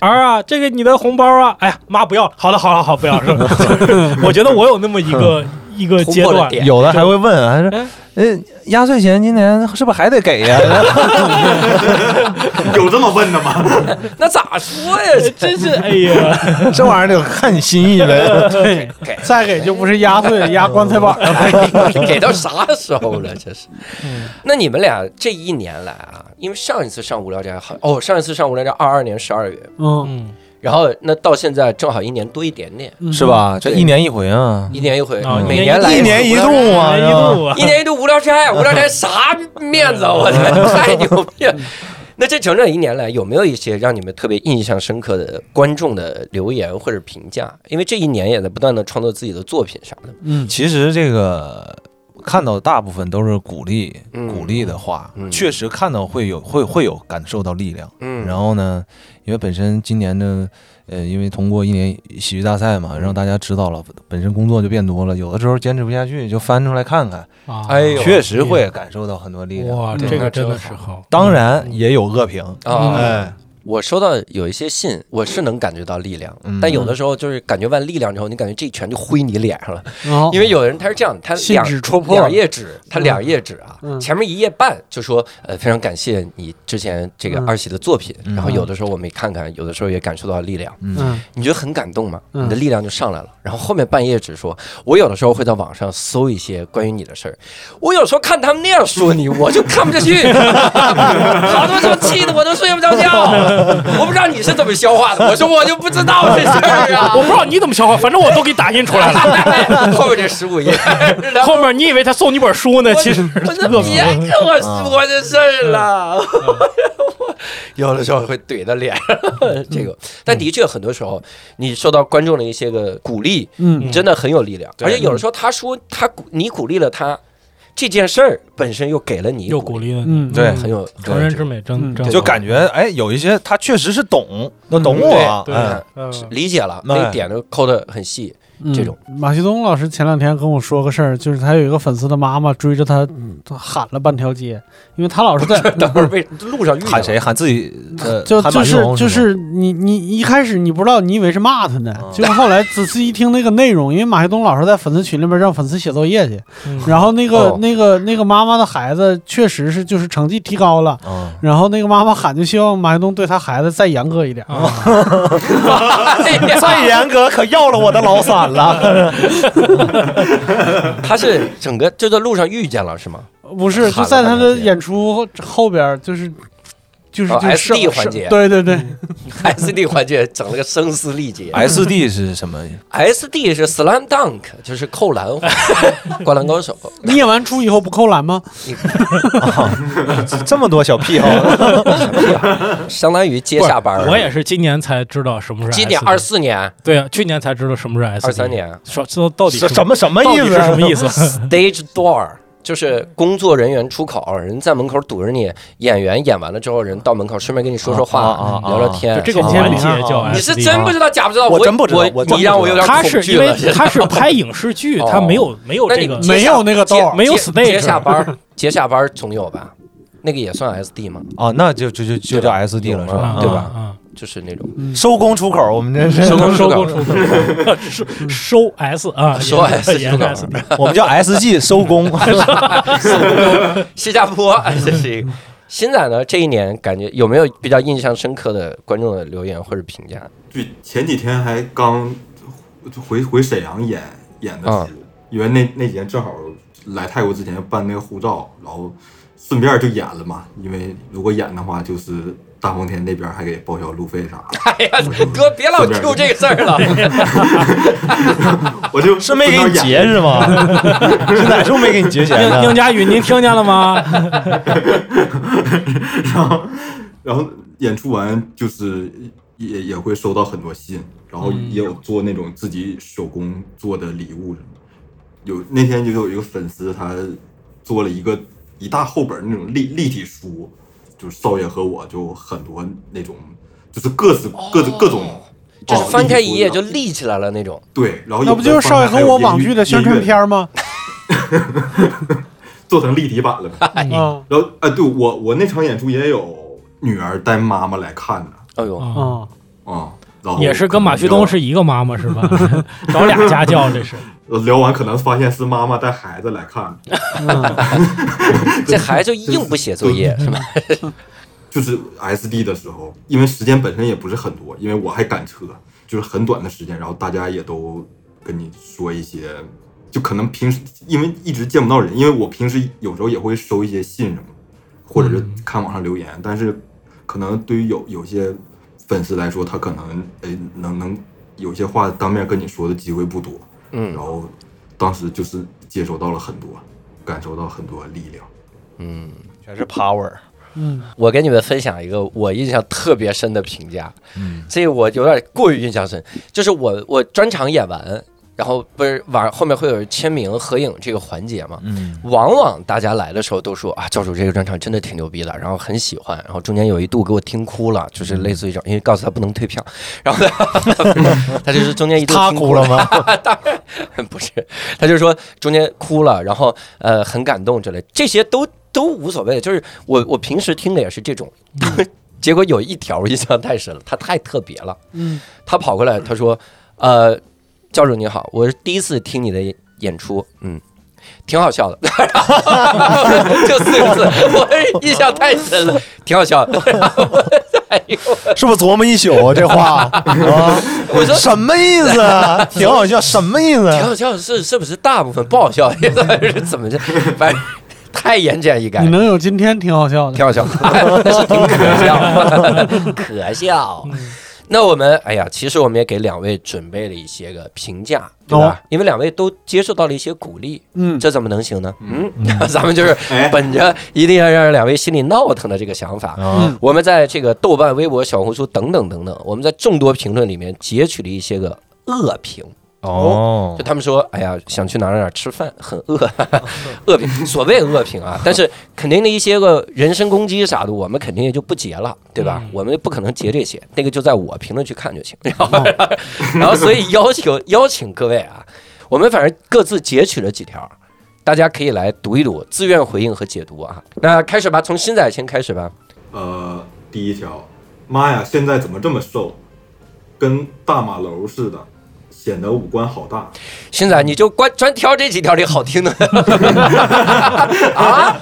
Speaker 6: 儿啊，这个你的红包啊，哎呀，妈不要了，好的，好好好，不要了。 我觉得我有那么一个一个
Speaker 1: 嗯突
Speaker 6: 阶
Speaker 1: 破
Speaker 6: 段
Speaker 1: 了，点
Speaker 5: 有的还会问，还是呃压岁钱今年是不是还得给呀？
Speaker 4: 有这么问的吗？
Speaker 1: 那咋说呀？
Speaker 6: 真是哎呀，
Speaker 5: 这玩意儿得看你心意呗。
Speaker 2: 对， 再给就不是压岁压棺材板 了。
Speaker 1: 给到啥时候了？这是。
Speaker 6: 嗯
Speaker 1: 那你们俩这一年来啊，因为上一次上无聊斋好哦，上一次上无聊斋二二年十二月，
Speaker 2: 嗯
Speaker 6: 嗯，
Speaker 1: 然后那到现在正好一年多一点点，
Speaker 5: 是？吧？这
Speaker 1: 对
Speaker 5: 一年一回啊，
Speaker 1: 一年一回，
Speaker 6: 啊，
Speaker 1: 嗯每年来
Speaker 5: 一
Speaker 1: 次
Speaker 5: 年一
Speaker 1: 无聊
Speaker 5: 度
Speaker 1: 斋
Speaker 5: 啊，
Speaker 6: 一度 啊，
Speaker 1: 一年一度无聊斋，无聊斋啥面子啊？我操，太牛逼了！那这整整一年来，有没有一些让你们特别印象深刻的观众的留言或者评价？因为这一年也在不断的创作自己的作品啥的。
Speaker 2: 嗯，
Speaker 5: 其实这个看到大部分都是鼓励，
Speaker 1: 嗯
Speaker 5: 鼓励的话，
Speaker 1: 嗯
Speaker 5: 确实看到会有会会有感受到力量。
Speaker 1: 嗯
Speaker 5: 然后呢，因为本身今年呢，呃，因为通过一年喜剧大赛
Speaker 1: 嗯
Speaker 5: 嘛，让大家知道了，本身工作就变多了，有的时候坚持不下去就翻出来看看，
Speaker 6: 啊
Speaker 1: 哎呦
Speaker 5: 确实会感受到很多力量。
Speaker 6: 哇，
Speaker 1: 对
Speaker 6: 这
Speaker 1: 那
Speaker 6: 个真的
Speaker 1: 真
Speaker 6: 是好，
Speaker 5: 当然也有恶评，
Speaker 1: 啊、
Speaker 5: 哎，
Speaker 1: 我收到有一些信，我是能感觉到力量，
Speaker 5: 嗯
Speaker 1: 但有的时候就是感觉完力量之后，你感觉这一拳就挥你脸上了，
Speaker 2: 哦
Speaker 1: 因为有的人他是这样，他
Speaker 2: 信
Speaker 1: 两
Speaker 2: 纸戳破
Speaker 1: 两页纸，他
Speaker 2: 嗯
Speaker 1: 两页纸啊，
Speaker 2: 嗯
Speaker 1: 前面一页半就说呃非常感谢你之前这个
Speaker 2: 嗯
Speaker 1: 二喜的作品，
Speaker 5: 嗯
Speaker 1: 然后有的时候我们也看看，有的时候也感受到力量，
Speaker 5: 嗯，
Speaker 2: 嗯
Speaker 1: 你觉得很感动吗？
Speaker 2: 嗯
Speaker 1: 你的力量就上来了。然后后面半页纸说，我有的时候会在网上搜一些关于你的事儿，我有时候看他们那样说你，我就看不下 去，好多时候气得我都睡不着觉。我不知道你是怎么消化的，我说我就不知道这事儿啊
Speaker 6: 我。不知道你怎么消化，反正我都给打印出来了。
Speaker 1: 后面这十五页， 然后
Speaker 6: 后面你以为他送你本书呢？ 其实
Speaker 1: 我就别跟我说这事儿了。嗯有的时候会怼他脸，这个，但的确很多时候，你受到观众的一些个鼓励，
Speaker 2: 嗯
Speaker 1: 你真的很有力量。
Speaker 6: 对嗯
Speaker 1: 而且有的时候他说他鼓你鼓励了他，这件事儿本身又给了你
Speaker 6: 又鼓励了你，
Speaker 2: 嗯，
Speaker 5: 对
Speaker 1: 很有
Speaker 6: 成人之美真
Speaker 2: 嗯
Speaker 6: 真
Speaker 1: 对
Speaker 5: 就感觉哎，有一些他确实是懂，都懂
Speaker 1: 对
Speaker 5: 我，
Speaker 6: 对
Speaker 5: 哎，
Speaker 6: 嗯
Speaker 1: 理解了，那一点都抠的很细。这种
Speaker 2: 嗯马旭东老师前两天跟我说个事儿，就是他有一个粉丝的妈妈追着他，他喊了半条街，因为他老是在
Speaker 1: 等会儿为路上遇见
Speaker 5: 喊谁喊自己，呃
Speaker 2: 就
Speaker 5: 喊
Speaker 2: 就
Speaker 5: 马云
Speaker 2: 是
Speaker 5: 龙
Speaker 2: 就
Speaker 5: 吗
Speaker 2: 是你你一开始你不知道，你以为是骂他呢
Speaker 5: 嗯，
Speaker 2: 结果后来仔细一听那个内容，因为马旭东老师在粉丝群里面让粉丝写作业去，然后那个
Speaker 1: 哦
Speaker 2: 那个那个妈妈的孩子确实是就是成绩提高了。
Speaker 5: 嗯，
Speaker 2: 然后那个妈妈喊，就希望马旭东对他孩子再严格一点。
Speaker 1: 哦
Speaker 6: 啊
Speaker 1: 了，
Speaker 5: 再严格可要了我的 老伞了。
Speaker 1: 他是整个就在路上遇见了是吗？
Speaker 2: 不是，
Speaker 1: 喊
Speaker 2: 就
Speaker 1: 了
Speaker 2: 在他
Speaker 1: 半条
Speaker 2: 的
Speaker 1: 街
Speaker 2: 演出后边儿，就是就是
Speaker 1: 哦
Speaker 2: 就是
Speaker 1: SD
Speaker 2: 是
Speaker 1: 环节嗯
Speaker 2: 对对对，
Speaker 1: S D 环节整了个声嘶力竭
Speaker 5: S D 是什么？
Speaker 1: ，S D 是 slam dunk，就是扣 篮环，灌篮高手。
Speaker 2: 你演完出以后不扣篮吗？
Speaker 5: 这么多小癖 好，
Speaker 1: 相当于接
Speaker 6: 不是
Speaker 1: 下班儿。
Speaker 6: 我也是今年才知道什么是 SD。
Speaker 1: 今年二四年、
Speaker 6: 对啊，去年才知道什么是 S。
Speaker 1: 二三，年哎
Speaker 6: 说这到底
Speaker 5: 是什
Speaker 6: 么
Speaker 5: 么什么
Speaker 6: 到
Speaker 5: 意
Speaker 6: 底
Speaker 5: 思？啊
Speaker 6: 是什 么意思？
Speaker 1: stage door 就是工作人员出口，人在门口堵着你，演员演完了之后，人到门口顺便跟你说说话，
Speaker 5: 啊啊啊啊
Speaker 1: 聊聊
Speaker 6: 就
Speaker 1: 天。
Speaker 6: 这个
Speaker 1: 啊
Speaker 6: 环节叫
Speaker 5: 啊
Speaker 6: SD。
Speaker 1: 你是真不知道假不知道？
Speaker 5: 我真不知道
Speaker 1: 我
Speaker 5: 我真
Speaker 1: 你让我有点
Speaker 6: 他
Speaker 1: 恐
Speaker 6: 是
Speaker 1: 惧
Speaker 6: 因为
Speaker 1: 了。现在
Speaker 6: 他是拍影视 剧，
Speaker 1: 哦
Speaker 6: 他没有没有
Speaker 1: 那
Speaker 6: 这
Speaker 1: 你
Speaker 6: 个
Speaker 1: 接下
Speaker 2: 没有那个
Speaker 1: 接
Speaker 2: door
Speaker 6: 没有
Speaker 1: 接
Speaker 6: stage
Speaker 1: 接下班儿，接下班儿总有吧？那个也算 S D 吗？
Speaker 5: 哦，那就就就就
Speaker 1: 对
Speaker 5: 叫
Speaker 1: 吧
Speaker 5: S D 了，是吧
Speaker 6: 啊？
Speaker 1: 对
Speaker 5: 吧？
Speaker 1: 吧
Speaker 6: 啊
Speaker 1: 就是那种
Speaker 5: 收工出口，我们这是
Speaker 1: 收工
Speaker 6: 收
Speaker 1: 出
Speaker 6: 工
Speaker 1: 口
Speaker 6: 出口， 收收 S 啊，
Speaker 1: 收
Speaker 6: 也
Speaker 1: S
Speaker 6: 也
Speaker 1: 出口
Speaker 6: S
Speaker 5: 我们叫 S G 收工。
Speaker 1: 新加坡， 哎这是一个。新仔呢？这一年感觉有没有比较印象深刻的观众的留言或者评价？
Speaker 4: 对，前几天还刚回回沈阳演演的
Speaker 1: 啊
Speaker 4: 戏，因为那那几天正好来泰国之前办那个护照，然后顺便就演了嘛。因为如果演的话，就是大风天那边还给报销路费啥的，
Speaker 1: 哎呀， 哥别老 Q 这个事 儿了。哦
Speaker 4: 我就不知道演
Speaker 5: 是吗？ 是哪处没给你结钱
Speaker 6: 应 应
Speaker 5: 呢？
Speaker 6: 佳宇，您听见 了吗？
Speaker 4: 然后然后演出完就是也也会收到很多信，然后
Speaker 1: 嗯
Speaker 4: 也有做那种自己手工做的礼物什么的。有那天就有一个粉丝他做了一个一大厚本儿那种立立体书，就是少爷和我就很多那种就是各自各自各种。
Speaker 1: 哦
Speaker 4: 哦
Speaker 1: 就是翻开一页就
Speaker 4: 立。
Speaker 1: 立起来了那种。
Speaker 4: 对，然后
Speaker 2: 那
Speaker 4: 有
Speaker 2: 不
Speaker 4: 的
Speaker 2: 就是
Speaker 4: 方
Speaker 2: 少爷
Speaker 4: 案还
Speaker 2: 和
Speaker 4: 有
Speaker 2: 我
Speaker 4: 音
Speaker 2: 网
Speaker 4: 乐
Speaker 2: 剧的宣传
Speaker 4: 音乐
Speaker 2: 片吗？
Speaker 4: 做成立体版了呗？
Speaker 1: 嗯
Speaker 2: 啊
Speaker 4: 然后啊，对我我那场演出也有女儿带妈妈来看的
Speaker 1: 哎呦，
Speaker 6: 啊，
Speaker 2: 啊，
Speaker 4: 啊，然后
Speaker 6: 也是跟马旭东是一个妈妈是吧？找俩家教这是。
Speaker 4: 聊呃聊完，可能发现是妈妈带孩子来看，
Speaker 2: 嗯
Speaker 1: 这孩子就硬不写作业是吧？
Speaker 4: 就是 SD 的时候，因为时间本身也不是很多，因为我还赶车，就是很短的时间，然后大家也都跟你说一些，就可能平时因为一直见不到人，因为我平时有时候也会收一些信什么，或者是看网上留言，但是可能对于有有些粉丝来说，他可能哎能能有些话当面跟你说的机会不多，然
Speaker 1: 嗯
Speaker 4: 后当时就是接收到了很多，感受到很多力量。
Speaker 1: 嗯，
Speaker 5: 全是 power。
Speaker 2: 嗯，
Speaker 1: 我给你们分享一个我印象特别深的评价，
Speaker 5: 嗯
Speaker 1: 这我有点过于印象深，就是我我专场演完，然后不是晚后面会有签名合影这个环节嘛，
Speaker 5: 嗯
Speaker 1: 往往大家来的时候都说啊，教主这个专场真的挺牛逼的，然后很喜欢，然后中间有一度给我听哭了，就是类似于这种，因为告诉他不能退票，然后他 他就是中间一度
Speaker 5: 他
Speaker 1: 听
Speaker 5: 哭了 吗？
Speaker 1: 当然 不是，他就说中间哭了，然后呃很感动之类，这些都都无所谓，就是我我平时听的也是这种， 结果有一条我印象太深了，他太特别了，
Speaker 2: 嗯，
Speaker 1: 他跑过来他说，呃，教主你好，我是第一次听你的演演出，嗯。挺好笑的， 就四个字，我印象太深了，挺好笑的。 然后我哎呦，
Speaker 7: 是不是琢磨一宿啊？这 话啊，
Speaker 1: 我说
Speaker 7: 什么意思啊？挺好笑，什么意思
Speaker 1: 挺
Speaker 7: 啊？
Speaker 1: 好笑是是不是大部分不好笑，现在是怎么着？反正太言简意赅
Speaker 2: 你，能有今天挺好笑的
Speaker 1: 挺。好笑， 但是挺可笑，可笑。那我们哎呀，其实我们也给两位准备了一些个评价，对吧？因为两位都接受到了一些鼓励，
Speaker 2: 嗯，
Speaker 1: 这怎么能行呢？嗯， 哎咱们就是本着一定要让两位心里闹腾的这个想法，
Speaker 7: 嗯
Speaker 5: 啊，
Speaker 1: 我们在这个豆瓣、微博、小红书等等等等，我们在众多评论里面截取了一些个恶评。
Speaker 5: 哦
Speaker 1: 就，他们说，哎呀，想去哪儿哪儿吃饭，很饿， 恶评，所谓恶评啊，但是肯定的一些个人身攻击啥的，我们肯定也就不截了，对吧？
Speaker 6: 嗯
Speaker 1: 我们不可能截这些，那个就在我评论区看就行。然后，然后所以邀请邀请各位啊，我们反正各自截取了几条。大家可以来读一读，自愿回应和解读啊。那开始吧，从新仔先开始吧。
Speaker 4: 呃，第一条，妈呀，现在怎么这么瘦，跟大马楼似的，显得五官好大。
Speaker 1: 新仔，你就关专挑这几条里好听的 啊！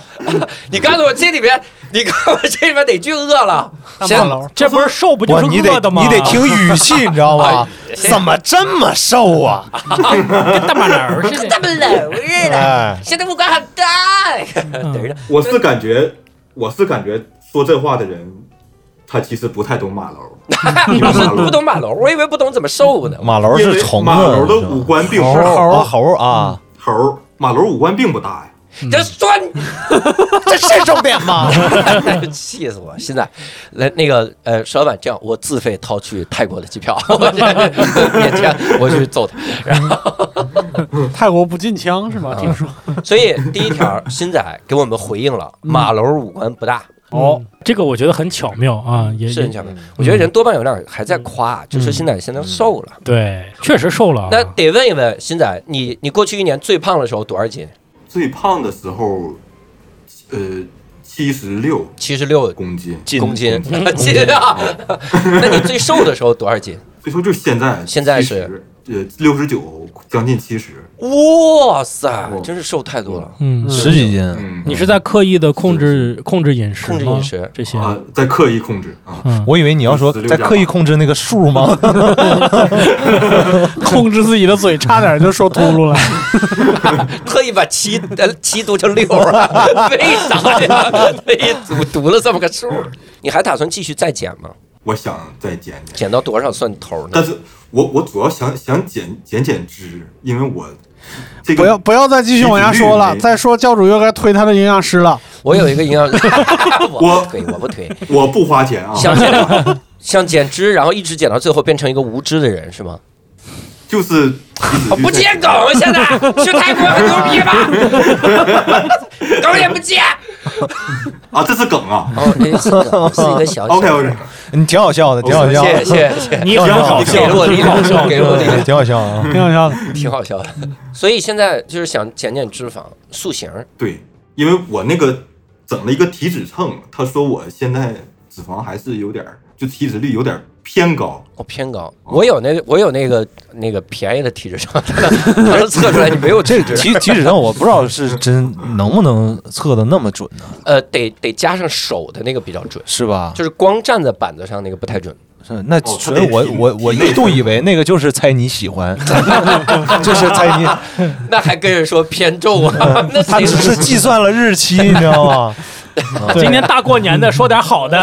Speaker 1: 你告诉我这里边，你告诉我这里边哪句饿了？先
Speaker 6: 这不是瘦不就
Speaker 7: 哇，
Speaker 6: 是
Speaker 7: 你
Speaker 6: 饿
Speaker 7: 得
Speaker 6: 的吗？哎
Speaker 7: 你得听语气，你知道吧？怎么这么瘦啊？
Speaker 6: 跟大马儿似的。
Speaker 1: 这么冷似
Speaker 5: 嗯
Speaker 1: 的，
Speaker 7: 哎，
Speaker 1: 现在不管很大。等着，
Speaker 4: 我是感觉，我是感觉说这话的人，他其实不太懂马楼，
Speaker 1: 你不是不懂马楼，我以为不懂怎么瘦呢。
Speaker 5: 马楼
Speaker 4: 因
Speaker 5: 是
Speaker 4: 为
Speaker 5: 虫子，啊
Speaker 4: 马楼
Speaker 5: 是
Speaker 4: 的
Speaker 5: 吧
Speaker 4: 五官并
Speaker 7: 猴
Speaker 4: 不大
Speaker 7: 啊猴啊，
Speaker 4: 猴儿，马楼五官并不大呀。
Speaker 1: 这算
Speaker 5: 嗯
Speaker 7: 这是重点吗？
Speaker 1: 气死我！现在来那个呃，石老板，这样我自费掏去泰国的机票， 我这免签，我去揍他。然后，
Speaker 2: 泰国不禁枪是吧？
Speaker 5: 啊
Speaker 2: 听说
Speaker 1: 所以第一条，新仔给我们回应了，马楼五官不大。
Speaker 6: 哦，这个我觉得很巧妙啊，也
Speaker 1: 是
Speaker 6: 也
Speaker 1: 很巧妙。我觉得人多半有点还在夸，就说新仔现在瘦了。
Speaker 6: 对，确实瘦了啊。
Speaker 1: 那得问一问新仔，你你过去一年最胖的时候多少斤？
Speaker 4: 最胖的时候，呃，七十六
Speaker 1: 七十六
Speaker 4: 公斤，
Speaker 1: 公 斤，斤啊！那你最瘦的时候多少斤？
Speaker 4: 最后就现在，
Speaker 1: 现在是
Speaker 4: 70呃六十九，将近七十。
Speaker 1: 哇塞，真是瘦太多了。
Speaker 6: 嗯，
Speaker 5: 十几斤，
Speaker 4: 嗯，
Speaker 6: 你是在刻意的控制控制饮食
Speaker 1: 控
Speaker 6: 吗，
Speaker 1: 制饮食
Speaker 6: 这些。
Speaker 4: 啊，在刻意控制啊。
Speaker 5: 我以为你要说
Speaker 4: 16
Speaker 5: 在刻意控制那个数吗？
Speaker 2: 控制自己的嘴，差点就说秃噜了。
Speaker 1: 特意把七呃七读成六啊 了，为啥呀？特意读读了这么个数。你还打算继续再减吗？
Speaker 4: 我想再减减，
Speaker 1: 减到多少算头呢
Speaker 4: 但？是我我主要想想减减减脂，因为我这 个
Speaker 2: 不要不要再继续往下说 了，再说教主又该推他的营养师了。
Speaker 5: 嗯
Speaker 1: 我有一个营养， 我不推，
Speaker 4: 我
Speaker 1: 我不推。
Speaker 4: 我不花钱啊，
Speaker 1: 想减 想减脂，然后一直减到最后变成一个无知的人是吗？
Speaker 4: 就是一直就
Speaker 1: 哦不接梗，现在去泰国很牛逼吧？ 梗也不接。
Speaker 4: 啊，这是梗啊。
Speaker 1: 哦，这是梗是一个小
Speaker 4: OK OK，
Speaker 7: 你挺好笑的，挺好笑
Speaker 1: 谢谢
Speaker 7: 的，
Speaker 1: 谢 谢，
Speaker 6: 你很好
Speaker 1: 给了
Speaker 6: 笑，
Speaker 1: 我力量，给了我力量，
Speaker 7: 挺好笑 啊。
Speaker 2: 挺好笑的，
Speaker 1: 挺好笑的。所以现在就是想减减脂肪，塑形。
Speaker 4: 对，因为我那个整了一个体脂秤，他说我现在脂肪还是有点儿，就体脂率有点儿偏高。
Speaker 1: 哦，偏高。我有那我有那个那个便宜的体脂秤，它能测出来你没有体
Speaker 5: 这
Speaker 1: 脂。
Speaker 5: 体体脂秤我不知道是真能不能测的那么准呢，
Speaker 1: 呃，得得加上手的那个比较准，
Speaker 5: 是吧？
Speaker 1: 就是光站在板子上那个不太准。
Speaker 5: 是那
Speaker 4: 哦
Speaker 5: 所以我
Speaker 4: 它得
Speaker 5: 我我
Speaker 4: 体内
Speaker 5: 一度以为那个就是猜你喜欢， 就是猜你，
Speaker 1: 那还跟人说偏重啊？那
Speaker 7: 他
Speaker 5: 嗯
Speaker 7: 只
Speaker 1: 谁
Speaker 7: 是计算了日期，你知道吗？
Speaker 6: 今天大过年的，说点好的。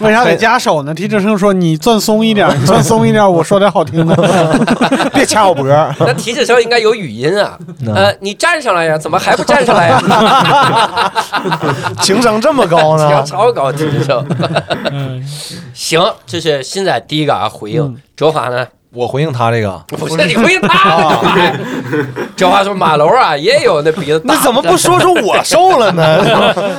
Speaker 2: 为啥得加手 呢？提志胜说你攥松一点，你攥松一点，我说点好听的。
Speaker 5: 别掐我脖儿。
Speaker 1: 那提醒声应该有语音啊，
Speaker 5: 嗯
Speaker 1: 呃，你站上来呀，怎么还不站上来呀？
Speaker 5: 情商这么高
Speaker 1: 超
Speaker 5: 呢？
Speaker 1: 超高提醒声。
Speaker 6: 嗯，
Speaker 1: 行，这是新仔第一个啊回
Speaker 5: 嗯
Speaker 1: 应。哲华呢？
Speaker 8: 我回应他这个，
Speaker 1: 不是你回应他。 哲华说马楼啊也有那鼻子大。
Speaker 5: 那怎么 不说说我瘦了呢？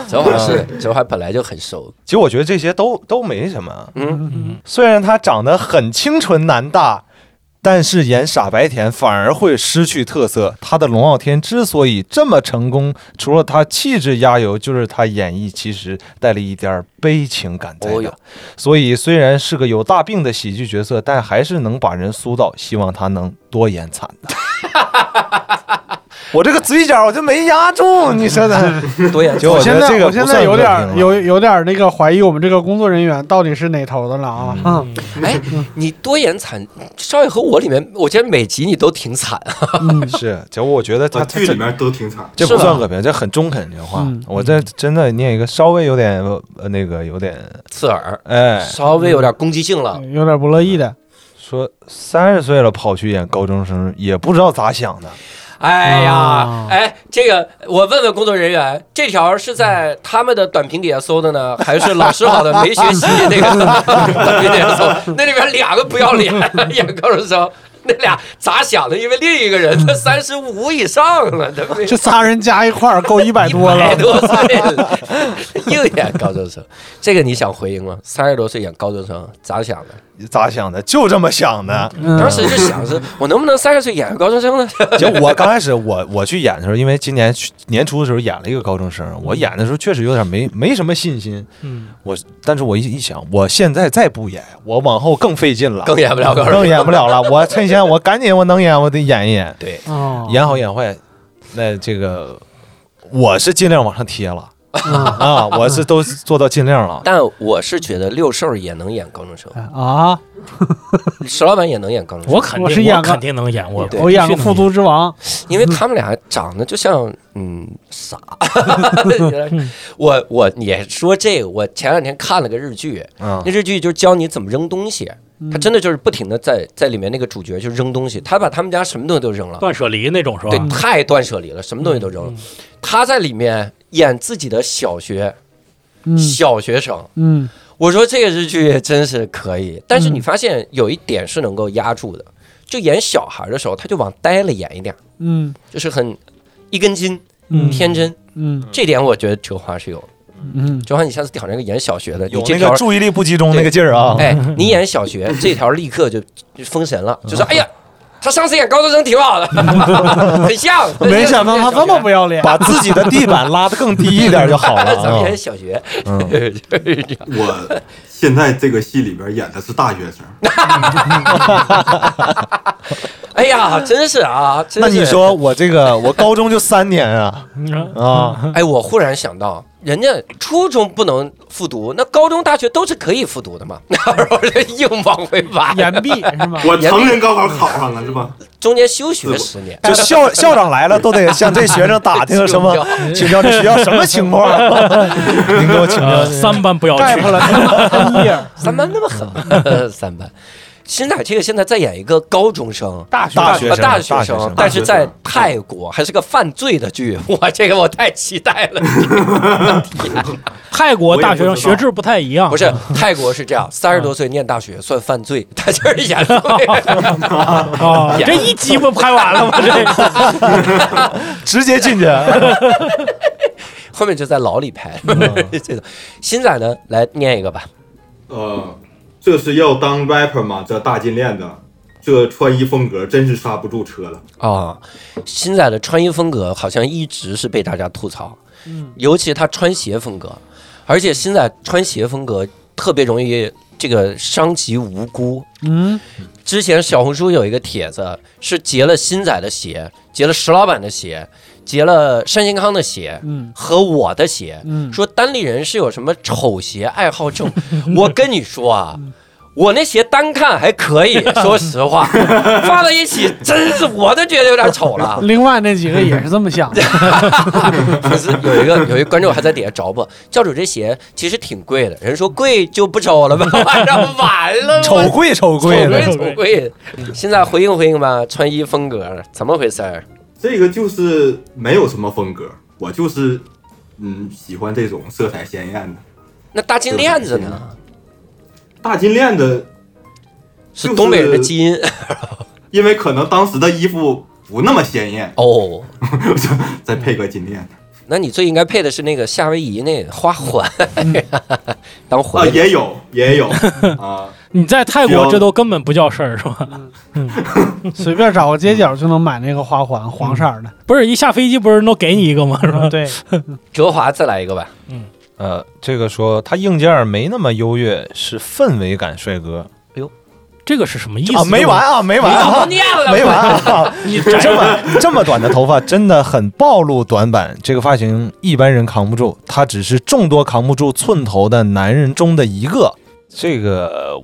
Speaker 1: 哲华是哲华本来就很瘦，
Speaker 5: 其实我觉得这些都都没什么。
Speaker 1: 嗯，
Speaker 5: 虽然他长得很清纯男大，但是演傻白甜反而会失去特色。他的龙傲天之所以这么成功，除了他气质压油，就是他演绎其实带了一点儿悲情感在
Speaker 1: 哦
Speaker 5: 的
Speaker 1: 哟。
Speaker 5: 所以虽然是个有大病的喜剧角色，但还是能把人酥到。希望他能多演惨的。我这个嘴角我就没压住，你说的。
Speaker 1: 多眼
Speaker 5: 结果
Speaker 2: 我
Speaker 5: 我觉
Speaker 2: 现
Speaker 5: 得
Speaker 2: 在
Speaker 5: 这个
Speaker 2: 我
Speaker 5: 不
Speaker 2: 现
Speaker 5: 算
Speaker 2: 在有
Speaker 5: 恶评
Speaker 2: 点
Speaker 5: 了
Speaker 2: 儿有有点儿那个怀疑我们这个工作人员到底是哪头的了啊！嗯
Speaker 1: 哎，你多眼惨，少爷和我里面，我觉得每集你都挺惨。
Speaker 5: 是，结果我觉得他
Speaker 4: 啊，
Speaker 5: 他
Speaker 4: 剧里面都挺惨。
Speaker 5: 这
Speaker 1: 是
Speaker 5: 不
Speaker 1: 吧
Speaker 5: 算恶评，这很中肯这话。
Speaker 2: 嗯
Speaker 5: 我这真的念一个稍微有点呃那个有点
Speaker 1: 刺耳，
Speaker 5: 哎，
Speaker 1: 稍微有点攻击性了。
Speaker 2: 嗯有点不乐意 的。
Speaker 5: 说三十岁了跑去演高中生，也不知道咋想的。
Speaker 1: 哎呀
Speaker 2: 啊，
Speaker 1: 哎，这个我问问工作人员，这条是
Speaker 2: 嗯
Speaker 1: 在他们的短评底下搜的呢，还是老师好的没学习那 个短评底下搜？那里边两个不要脸哎演高中生，那俩咋想的？因为另一个人他三十五以上了， 他没
Speaker 2: 这仨人加一块儿 够一百多了
Speaker 5: 哎
Speaker 1: 百，多岁了，又演高中生，这个你想回应吗？三十多岁演高中生咋想的？
Speaker 5: 咋想的？就这么想的。
Speaker 2: 嗯
Speaker 1: 当 时就想是，我能不能三十岁演个高中生呢？
Speaker 5: 结果我刚开始我我去演的时候，因为今年去年初的时候演了一个高中
Speaker 2: 嗯
Speaker 5: 生，我演的时候确实有点没没什么信心。
Speaker 6: 嗯，
Speaker 5: 我但是我一一想，我现在再不演，我往后更费劲了，
Speaker 1: 更演不了高中生
Speaker 5: 更。演不了了。我趁现在我赶紧，我能演我得演一演。
Speaker 1: 对，
Speaker 2: 哦
Speaker 5: 演好演坏，那这个我是尽量往上贴 了
Speaker 2: 嗯
Speaker 5: 啊，我是都做到尽量了。
Speaker 1: 但我是觉得六兽也能演高中生，
Speaker 2: 啊！
Speaker 1: 石老板也能演高中生，
Speaker 6: 我肯定，
Speaker 2: 我
Speaker 6: 我
Speaker 2: 是演个
Speaker 6: 肯定能演，我
Speaker 1: 对
Speaker 2: 我演个
Speaker 6: 必须能
Speaker 2: 复读之王，
Speaker 1: 因为他们俩长得就像嗯傻。 我我也说这个，我前两天看了个日剧，
Speaker 5: 嗯
Speaker 1: 那日剧就是教你怎么扔东西，他真的就是不停的在在里面那个主角就扔东西，他把他们家什么东西都扔了，
Speaker 6: 断舍离那种是吧？
Speaker 1: 对，太断舍离了，什么东西都扔了。他在里面演自己的小学
Speaker 2: 嗯
Speaker 1: 小学生，
Speaker 2: 嗯
Speaker 1: 我说这个日剧真是可以，但是你发现有一点是能够压住的，就演小孩的时候，他就往呆了演一点，
Speaker 2: 嗯
Speaker 1: 就是很一根筋、
Speaker 2: 嗯
Speaker 1: 天真，
Speaker 2: 嗯
Speaker 1: 这点我觉得哲华是有的。
Speaker 2: 嗯
Speaker 1: 哲华，你下次挑战一个演小学的，你
Speaker 5: 有
Speaker 1: 这
Speaker 5: 那
Speaker 1: 条
Speaker 5: 个，注意力不集中那个劲儿啊，
Speaker 1: 哎，你演小学这条立刻就就封神
Speaker 5: 嗯
Speaker 1: 了，就是哎呀，他上次演高中生挺 好的，很像，
Speaker 2: 没想到他 这么不要脸，
Speaker 5: 把自己的地板拉得更低一点就好 了
Speaker 1: 咱们
Speaker 5: 啊
Speaker 1: 演。小学，
Speaker 5: 嗯，
Speaker 1: 就是这样。
Speaker 4: 我现在这个戏里边演的是大学生，
Speaker 1: 哎呀，真是啊！真
Speaker 5: 那
Speaker 1: 是
Speaker 5: 你，说我这 个我高中就三年啊
Speaker 6: 嗯，
Speaker 5: 啊，
Speaker 1: 哎，我忽然想到，人家初中不能复读，那高中、大学都是可以复读的嘛， 然后就硬往回拔，
Speaker 2: 岩壁是吧？
Speaker 4: 我成人高考考上了是吧？
Speaker 1: 中间休学十年。
Speaker 5: 就校校长来了都得向这学生打听什么，请教这学校什么情 况，您给我请教
Speaker 6: 呃，。三班不要去
Speaker 2: gap 了三页，
Speaker 1: 三班那么狠， 三班。现在这个现在再演一个高中生、大
Speaker 5: 学大学生
Speaker 1: 大学
Speaker 5: 大学生
Speaker 1: 但是在泰国还是个犯罪的剧， 我这个我太期待了。
Speaker 6: 泰国大学
Speaker 4: 我也不
Speaker 6: 生
Speaker 4: 知道
Speaker 6: 学制不太一样，
Speaker 1: 不是泰国是这样，三十多岁念大学算犯罪，他就是演了
Speaker 6: 啊，这一集不拍完了吗？这
Speaker 5: 直接 进去，
Speaker 1: 后面就在牢里拍。
Speaker 5: 嗯
Speaker 1: 这种新仔呢，来念一个吧。
Speaker 4: 呃，这是要当 rapper 吗？这大金链子，这穿衣风格真是刹不住车了。
Speaker 1: 啊，新仔的穿衣风格好像一直是被大家吐槽，尤其他穿鞋风格，而且新仔穿鞋风格特别容易这个伤及无辜。
Speaker 2: 嗯，
Speaker 1: 之前小红书有一个帖子是截了新仔的鞋，截了石老板的鞋，截了单新康的鞋，
Speaker 2: 嗯
Speaker 1: 和我的鞋，
Speaker 2: 嗯
Speaker 1: 说单立人是有什么丑鞋爱好症。我跟你说啊，我那鞋单看还可以，说实话，放在一起真是我都觉得有点丑了。
Speaker 2: 另外那几个也是这么想的，
Speaker 1: 不是有一个有一个观众还在底下找我，教主这鞋其实挺贵的，人说贵就不丑了吧，然后完了，
Speaker 5: 丑贵丑
Speaker 1: 丑
Speaker 5: 贵的，
Speaker 1: 丑贵。现在回应回应吧，穿衣风格怎么回事儿？
Speaker 4: 这个就是没有什么风格，我就是嗯喜欢这种色彩鲜艳的
Speaker 1: 那大金链子呢？
Speaker 4: 大金链子，
Speaker 1: 是东北人的基因
Speaker 4: 因为可能当时的衣服不那么鲜艳，
Speaker 1: 哦。
Speaker 4: 再配个金链
Speaker 1: 那你最应该配的是那个夏威夷那花环， 当
Speaker 4: 啊，
Speaker 1: 环、
Speaker 4: 也有也有啊，
Speaker 6: 你在泰
Speaker 4: 行
Speaker 6: 国这都根本不叫事儿是吧？
Speaker 2: 随便找个街角就能买那个花环，黄色儿的。嗯
Speaker 6: 不是一下飞机不是都给你一个吗？是吧？
Speaker 2: 对，
Speaker 1: 哲华再来一个吧。
Speaker 5: 呃，这个说他硬件没那么优越，是氛围感帅哥
Speaker 6: 这个是什么意思？
Speaker 5: 啊，没完啊，没完啊，
Speaker 1: 念了
Speaker 5: 没完啊！这么这么短的头发真的很暴露短板，这个发型一般人扛不住，他只是众多扛不住寸头的男人中的一个。这个，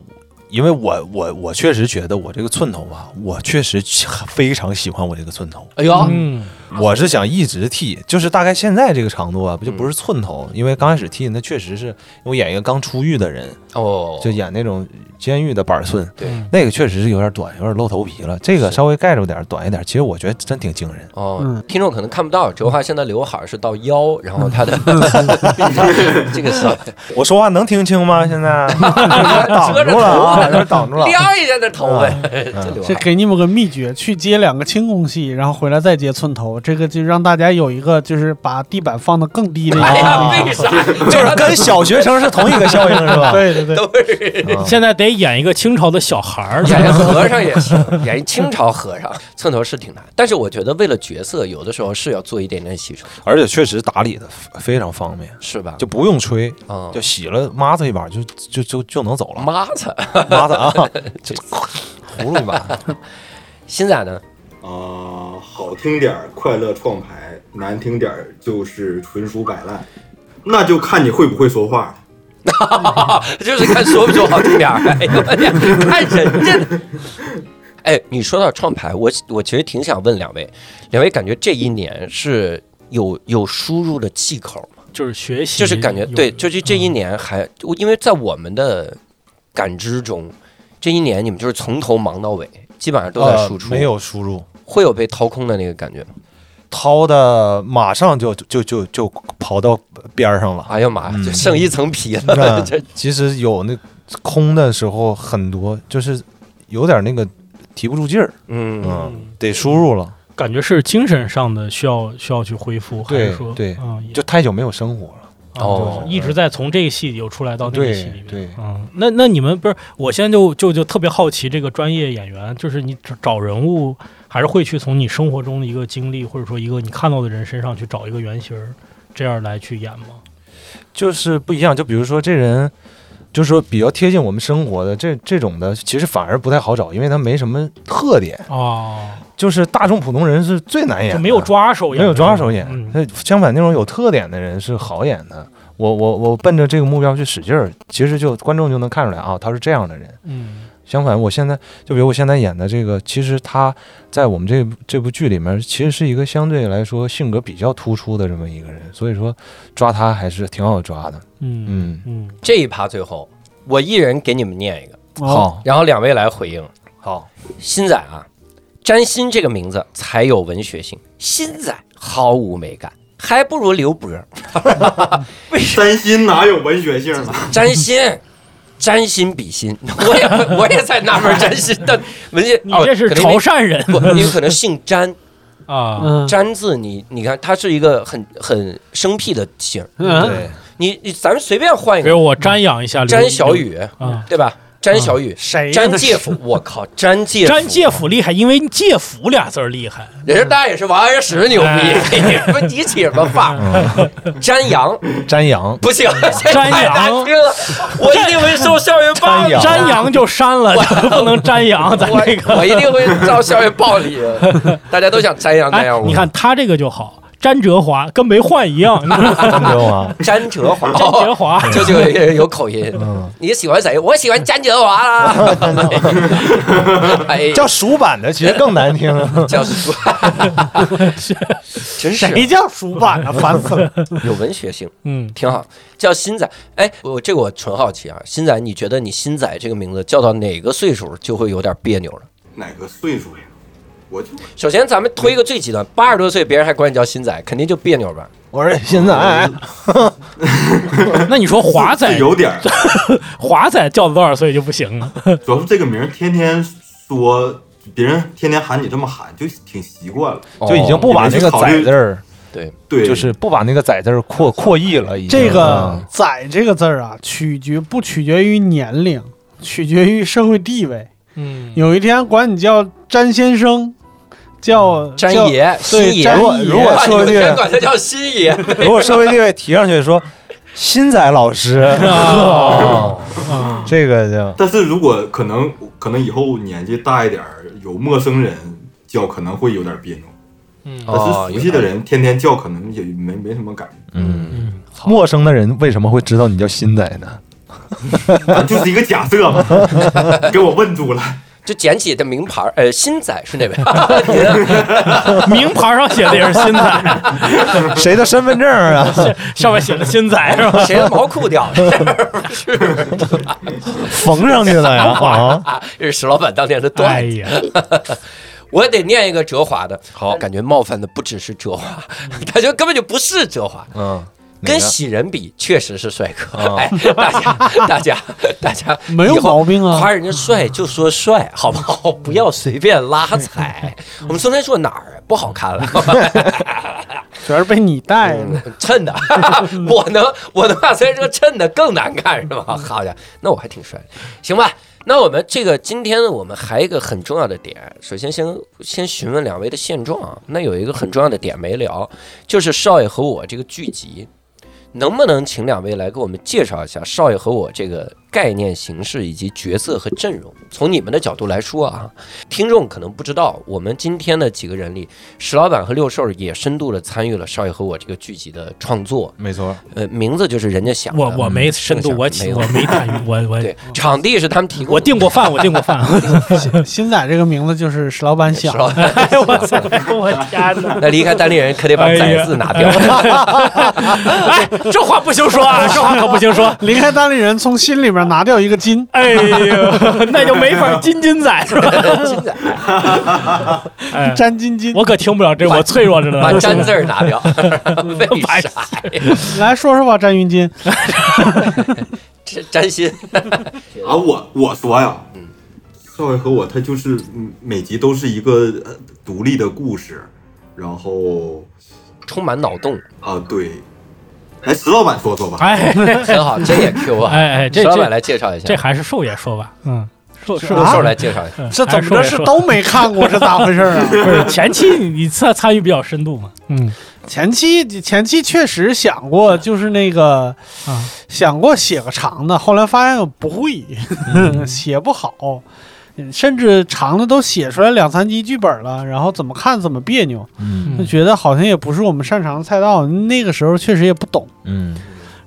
Speaker 5: 因为我我我确实觉得我这个寸头啊，我确实非常喜欢我这个寸头，
Speaker 1: 哎呦，
Speaker 6: 嗯，
Speaker 5: 我是想一直剃，就是大概现在这个长度啊，不就
Speaker 6: 嗯
Speaker 5: 不是寸头，因为刚开始剃那确实是因为我演一个刚出狱的人，
Speaker 1: 哦，
Speaker 5: 就演那种监狱的板儿寸，
Speaker 1: 对，
Speaker 5: 那个确实是有点短，有点露头皮了。这个
Speaker 1: 是
Speaker 5: 稍微盖着点儿，短一点儿，其实我觉得真挺惊人。
Speaker 1: 哦，
Speaker 2: 嗯
Speaker 1: 听众可能看不到，哲华现在刘海是到腰，然后他的 这个是
Speaker 5: 我说话能听清吗？现在 挡
Speaker 1: 遮着
Speaker 5: 住了
Speaker 1: 头
Speaker 5: 啊，
Speaker 1: 发
Speaker 5: 有点挡住了。
Speaker 1: 撩一下的头发，这刘
Speaker 2: 这
Speaker 1: 海
Speaker 2: 给你们个秘诀，去接两个轻功戏，然后回来再接寸头，这个就让大家有一个就是把地板放得更低的一
Speaker 1: 哎呀，
Speaker 2: 个
Speaker 1: 为啥
Speaker 5: 就是跟小学生是同一啊个效应，是吧？
Speaker 2: 对对对，哦
Speaker 1: 都是
Speaker 5: 啊
Speaker 6: 现在得演一个清朝的小孩儿，
Speaker 1: 演一和尚也是，演一清朝和尚，寸头是挺难，但是我觉得为了角色，有的时候是要做一点点牺牲，
Speaker 5: 而且确实打理的非常方便，
Speaker 1: 是吧？
Speaker 5: 就不用吹，
Speaker 1: 啊
Speaker 5: 就，洗了抹子一把就就就就能走了，
Speaker 1: 妈擦，
Speaker 5: 抹子啊，就 葫芦一 把。
Speaker 1: 新仔呢？
Speaker 4: 啊，好听点儿快乐创牌，难听点儿就是纯属摆烂，那就看你会不会说话。
Speaker 1: 就是看说不说好听点儿。 哎呦我天，看人家的。哎，你说到创牌，我我其实挺想问两位，两位感觉这一年是有有输入的气口吗？
Speaker 6: 就是学习，
Speaker 1: 就是感觉
Speaker 6: 有
Speaker 1: 对，就是这
Speaker 5: 嗯
Speaker 1: 一年还，我因为在我们的感知中，这一年你们就是从头忙到尾，基本上都在
Speaker 5: 呃
Speaker 1: 输出，
Speaker 5: 没有输入，
Speaker 1: 会有被掏空的那个感觉吗？
Speaker 5: 掏的马上就就就就跑到边儿上了。
Speaker 1: 哎呀妈呀，
Speaker 5: 嗯
Speaker 1: 就剩一层皮了，
Speaker 5: 那
Speaker 1: 这
Speaker 5: 其实有那空的时候很多，就是有点那个提不住劲儿，
Speaker 1: 嗯，
Speaker 5: 嗯，得输入了，
Speaker 6: 感觉是精神上的需要需要去恢复，还
Speaker 5: 对
Speaker 6: 是说
Speaker 5: 对
Speaker 6: 嗯，也
Speaker 5: 就太久没有生活了。
Speaker 6: 啊
Speaker 1: 哦
Speaker 6: 就是一直在从这个戏里头出来到那个戏里面。
Speaker 5: 对对
Speaker 6: 嗯，那那你们不是？我现在就就就特别好奇，这个专业演员，就是你找找人物，还是会去从你生活中的一个经历，或者说一个你看到的人身上去找一个原型儿，这样来去演吗？
Speaker 5: 就是不一样，就比如说这人，就是说比较贴近我们生活的这这种的，其实反而不太好找，因为他没什么特点，
Speaker 6: 哦，
Speaker 5: 就是大众普通人是最难演
Speaker 6: 就
Speaker 5: 的，
Speaker 6: 没有抓手演，
Speaker 5: 哎没有抓手演
Speaker 6: 嗯。
Speaker 5: 那、相反，那种有特点的人是好演的。我我我奔着这个目标去使劲儿，其实就观众就能看出来啊，他是这样的人。
Speaker 6: 嗯，
Speaker 5: 相反，我现在就比如我现在演的这个，其实他在我们这这部剧里面，其实是一个相对来说性格比较突出的这么一个人，所以说抓他还是挺好抓的。
Speaker 6: 嗯
Speaker 5: 嗯，
Speaker 6: 嗯，
Speaker 1: 这一趴最后我一人给你们念一个，
Speaker 2: 哦，
Speaker 5: 好，
Speaker 1: 然后两位来回应。
Speaker 5: 好，
Speaker 1: 新仔啊，占星这个名字才有文学性，新仔毫无美感，还不如刘 博。
Speaker 4: 三心哪有文学性啊？
Speaker 1: 占星，占星比心， 我也不我也在纳闷占星的文学。
Speaker 6: 你这是
Speaker 1: 哦可能因
Speaker 6: 潮
Speaker 1: 为
Speaker 6: 汕人
Speaker 1: 不，因 为可能姓詹，
Speaker 6: 啊，
Speaker 2: 嗯，
Speaker 1: 詹字你你看，它是一个很很生僻的姓儿。
Speaker 2: 嗯，
Speaker 5: 对，
Speaker 1: 你你咱们随便换一
Speaker 6: 比
Speaker 1: 个，
Speaker 6: 如我瞻仰一下刘
Speaker 1: 詹小雨，
Speaker 6: 啊。
Speaker 1: 对吧？詹小雨，
Speaker 2: 谁呀
Speaker 1: 詹介甫，我靠，詹嗯介甫，
Speaker 6: 詹介甫厉害，因为“介甫”俩字儿厉害。
Speaker 1: 人家大家也是王安石牛
Speaker 6: 哎
Speaker 1: 逼，你不你起什么范儿？詹阳
Speaker 5: 嗯詹 阳，
Speaker 1: 不 行，这太
Speaker 6: 詹
Speaker 1: 难
Speaker 6: 阳
Speaker 1: 听 了，我一定会受校园暴
Speaker 5: 詹
Speaker 1: 力
Speaker 5: 阳。
Speaker 6: 詹阳就删了，不能詹阳，咱
Speaker 1: 我
Speaker 6: 这个。
Speaker 1: 我一定会遭校园暴力。大家都想瞻仰瞻
Speaker 6: 哎
Speaker 1: 仰，我。
Speaker 6: 你看他这个就好，詹哲华跟没换一样，你知道吗
Speaker 7: 你知道吗？
Speaker 1: 詹哲华，
Speaker 6: 詹哲华。嗯
Speaker 1: 这就有有口音。你喜欢谁？我喜欢詹哲华 啦。哎，
Speaker 7: 叫蜀版的其实更难听。
Speaker 1: 叫叔， 真 是
Speaker 2: 谁叫鼠版啊？烦死 了！
Speaker 1: 有文学性，
Speaker 6: 嗯，
Speaker 1: 挺好。叫新仔，哎，我这个我纯好奇啊，新仔，你觉得你新仔这个名字叫到哪个岁数就会有点别扭了？
Speaker 4: 哪个岁数呀？我就
Speaker 1: 首先，咱们推一个最极端，八十多岁别人还管你叫新仔，肯定就别扭吧？
Speaker 7: 我说现
Speaker 5: 哎
Speaker 7: 在
Speaker 6: 那你说华仔
Speaker 7: 哎
Speaker 4: 是有点儿，
Speaker 6: 华仔叫了多少岁就不行啊了？
Speaker 4: 主要是这个名儿天天说，别人天天喊你这么喊，就挺习惯了。
Speaker 7: 就已
Speaker 1: 哦
Speaker 7: 经不把那个“仔”字儿，
Speaker 1: 对，
Speaker 4: 对，
Speaker 7: 就是不把那个“仔”字儿扩扩义了。已经
Speaker 2: 这
Speaker 5: 嗯
Speaker 2: 个“仔”这个字儿啊，取决不取决于年龄，取决于社会地位。
Speaker 6: 嗯，
Speaker 2: 有一天管你叫詹先生，叫
Speaker 1: 詹
Speaker 2: 叫
Speaker 1: 爷，
Speaker 2: 对
Speaker 1: 新爷，
Speaker 2: 詹
Speaker 7: 如果
Speaker 2: 爷
Speaker 7: 如果
Speaker 1: 哇
Speaker 7: 说
Speaker 1: 有
Speaker 7: 这
Speaker 1: 天
Speaker 7: 个，嗯
Speaker 1: 管他叫新爷，
Speaker 7: 如果社会地位提上去说新仔老师，
Speaker 6: 啊
Speaker 7: 哦这个就
Speaker 4: 但是如果可能，可能以后年纪大一点儿，有陌生人叫可能会有点别扭，但
Speaker 1: 哦
Speaker 4: 是熟悉的人天天叫可能也没没什么感觉，
Speaker 7: 嗯。陌生的人为什么会知道你叫新仔呢？
Speaker 4: 反正就是一个假 设嘛，给我问住了。
Speaker 1: 就捡起的名牌儿，呃，新仔是哪位？ 你的
Speaker 6: 名牌上写的也是新仔，
Speaker 7: 谁的身份证啊？
Speaker 6: 上面写的新仔是吧？
Speaker 1: 谁的毛裤掉了？
Speaker 7: 缝上去了呀！啊，
Speaker 1: 啊，这是石老板当年的段
Speaker 6: 哎
Speaker 1: 子。
Speaker 6: 呀，
Speaker 1: 我得念一个哲华的，好，感觉冒犯的不只是哲华， 感觉根本就不是哲华。
Speaker 7: 嗯，
Speaker 1: 跟喜人比，确实是帅哥。 哎，大家，大家，大家
Speaker 2: 没有
Speaker 1: 以后
Speaker 2: 毛病啊
Speaker 1: 夸人家帅就说帅，好不好？不要随便拉踩。我们昨天说哪儿不好看了？
Speaker 2: 主要是被你带的。
Speaker 1: 衬的，我能我能把虽然说衬的更难看是吧？好家伙，那我还挺帅，行吧？那我们这个今天我们还有一个很重要的点，首先先先询问两位的现状啊。那有一个很重要的点没聊，就是少爷和我这个剧集，能不能请两位来给我们介绍一下少爷和我这个概念形式以及角色和阵容？从你们的角度来说啊，听众可能不知道，我们今天的几个人里，石老板和六兽也深度的参与了少爷和我这个剧集的创作。
Speaker 7: 没错，
Speaker 1: 呃，名字就是人家想的，
Speaker 6: 我我没深
Speaker 1: 剩
Speaker 6: 度，
Speaker 1: 下
Speaker 6: 我
Speaker 1: 嗯啊没有
Speaker 6: 我没 参与，我我
Speaker 1: 对，场地是他们提供的，
Speaker 6: 我订过饭，我订 过饭。
Speaker 2: 新仔这个名字就是石老板想
Speaker 1: 石老
Speaker 2: 的，
Speaker 1: 板。
Speaker 6: 哎，我操！我天哪！
Speaker 1: 那离开单立人可得把“仔”字拿掉。
Speaker 6: 哎，这话不行说 啊， 这话可不行说。
Speaker 2: 离开单立人，从心里边拿掉一个金。
Speaker 6: 哎呦， 那就没法金金仔是吧？
Speaker 1: 金仔
Speaker 6: 哎，
Speaker 2: 詹金金，
Speaker 6: 我可听不了这，我脆弱着
Speaker 1: 把“
Speaker 6: 呢。
Speaker 1: 詹”字儿拿 掉，为啥呀？
Speaker 2: 来说说吧，詹云金，
Speaker 1: 这詹心
Speaker 4: 啊，我我说呀，嗯，少爷和我他就是嗯每集都是一个呃独立的故事，然后
Speaker 1: 充满脑洞，
Speaker 4: 啊对，来石老板说说吧，
Speaker 6: 哎
Speaker 1: 很好，这 也 Q 啊。
Speaker 6: 哎哎，这
Speaker 1: 石老板
Speaker 6: 这
Speaker 1: 来介绍一下，
Speaker 6: 这还是寿爷说吧，嗯，寿寿
Speaker 1: 六兽来介绍一下。
Speaker 6: 嗯
Speaker 2: 这怎么
Speaker 6: 还
Speaker 2: 着
Speaker 6: 是
Speaker 2: 是
Speaker 6: 寿爷说
Speaker 2: 都没看过是咋回事啊？
Speaker 6: 不是前期你参参与比较深度嘛？ 嗯，
Speaker 2: 前期前期确实想过，就是那个、
Speaker 6: 啊
Speaker 2: 想过写个长的，后来发现不会，
Speaker 6: 嗯
Speaker 2: 写不好，甚至长的都写出来两三集剧本了，然后怎么看怎么别扭，
Speaker 7: 嗯
Speaker 2: 就
Speaker 6: 嗯
Speaker 2: 觉得好像也不是我们擅长的赛道。那个时候确实也不懂，
Speaker 7: 嗯，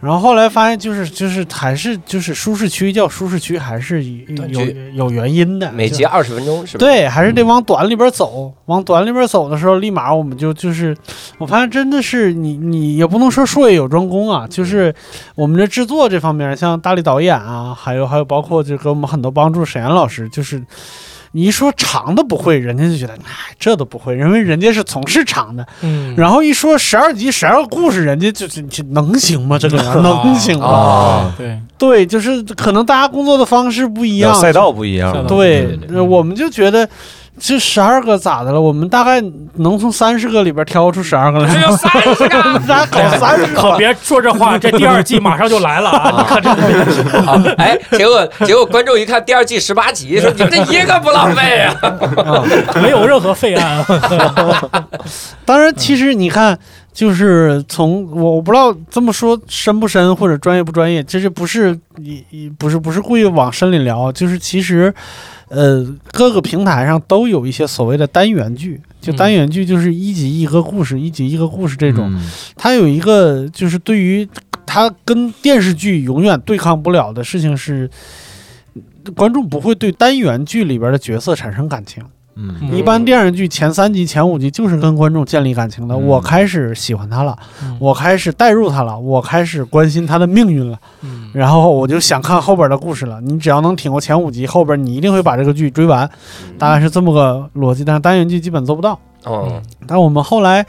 Speaker 2: 然后后来发现就是就是还是就是舒适区叫舒适区，还是有有有原因的，
Speaker 1: 每
Speaker 2: 就
Speaker 1: 集二十分钟是吧？
Speaker 2: 对，还是得往短里边走。往短里边走的时候，立马我们就就是，我发现真的是你你也不能说术业有专攻啊，就是我们这制作这方面，像大力导演啊，还有还有包括就给我们很多帮助，沈阳老师就是。你一说长的不会，人家就觉得哎，这都不会，因为人家是从事长的。
Speaker 6: 嗯，
Speaker 2: 然后一说十二集十二个故事，人家就就就能行吗？这 个人能行吗？
Speaker 1: 啊，
Speaker 6: 对，
Speaker 2: 对，就是可能大家工作的方式不一样，
Speaker 7: 赛道不一样
Speaker 6: 赛道
Speaker 7: 了，
Speaker 2: 对
Speaker 1: 对
Speaker 5: 嗯
Speaker 1: 对，
Speaker 2: 呃我们就觉得这十二个咋的了？我们大概能从三十个里边挑出十二个来，
Speaker 1: 有三十个。
Speaker 2: 咱搞三十
Speaker 6: 可
Speaker 2: 个。
Speaker 6: 别说这话，这第二季马上就来了啊！你可这
Speaker 1: 好，哎，结果结果观众一看第二季十八集， 说你们这一个不浪费 啊！
Speaker 6: 没有任何废案，啊
Speaker 2: 当然，其实你看，就是从我我不知道这么说深不深或者专业不专业，这就不是你你不是不是故意往深里聊，就是其实。呃，各个平台上都有一些所谓的单元剧，就单元剧就是一集一个故事，一集一个故事这种。
Speaker 5: 嗯
Speaker 2: 它有一个就是对于它跟电视剧永远对抗不了的事情是，观众不会对单元剧里边的角色产生感情。
Speaker 5: 嗯
Speaker 6: 嗯
Speaker 2: 一般电视剧前三集、前五集就是跟观众建立感情的。
Speaker 5: 嗯
Speaker 2: 我开始喜欢他了，
Speaker 6: 嗯
Speaker 2: 我开始代入他了，我开始关心他的命运了，
Speaker 6: 嗯
Speaker 2: 然后我就想看后边的故事了。你只要能挺过前五集，后边你一定会把这个剧追完，
Speaker 6: 嗯
Speaker 2: 大概是这么个逻辑。但是单元剧基本做不到。
Speaker 1: 嗯
Speaker 2: 但我们后来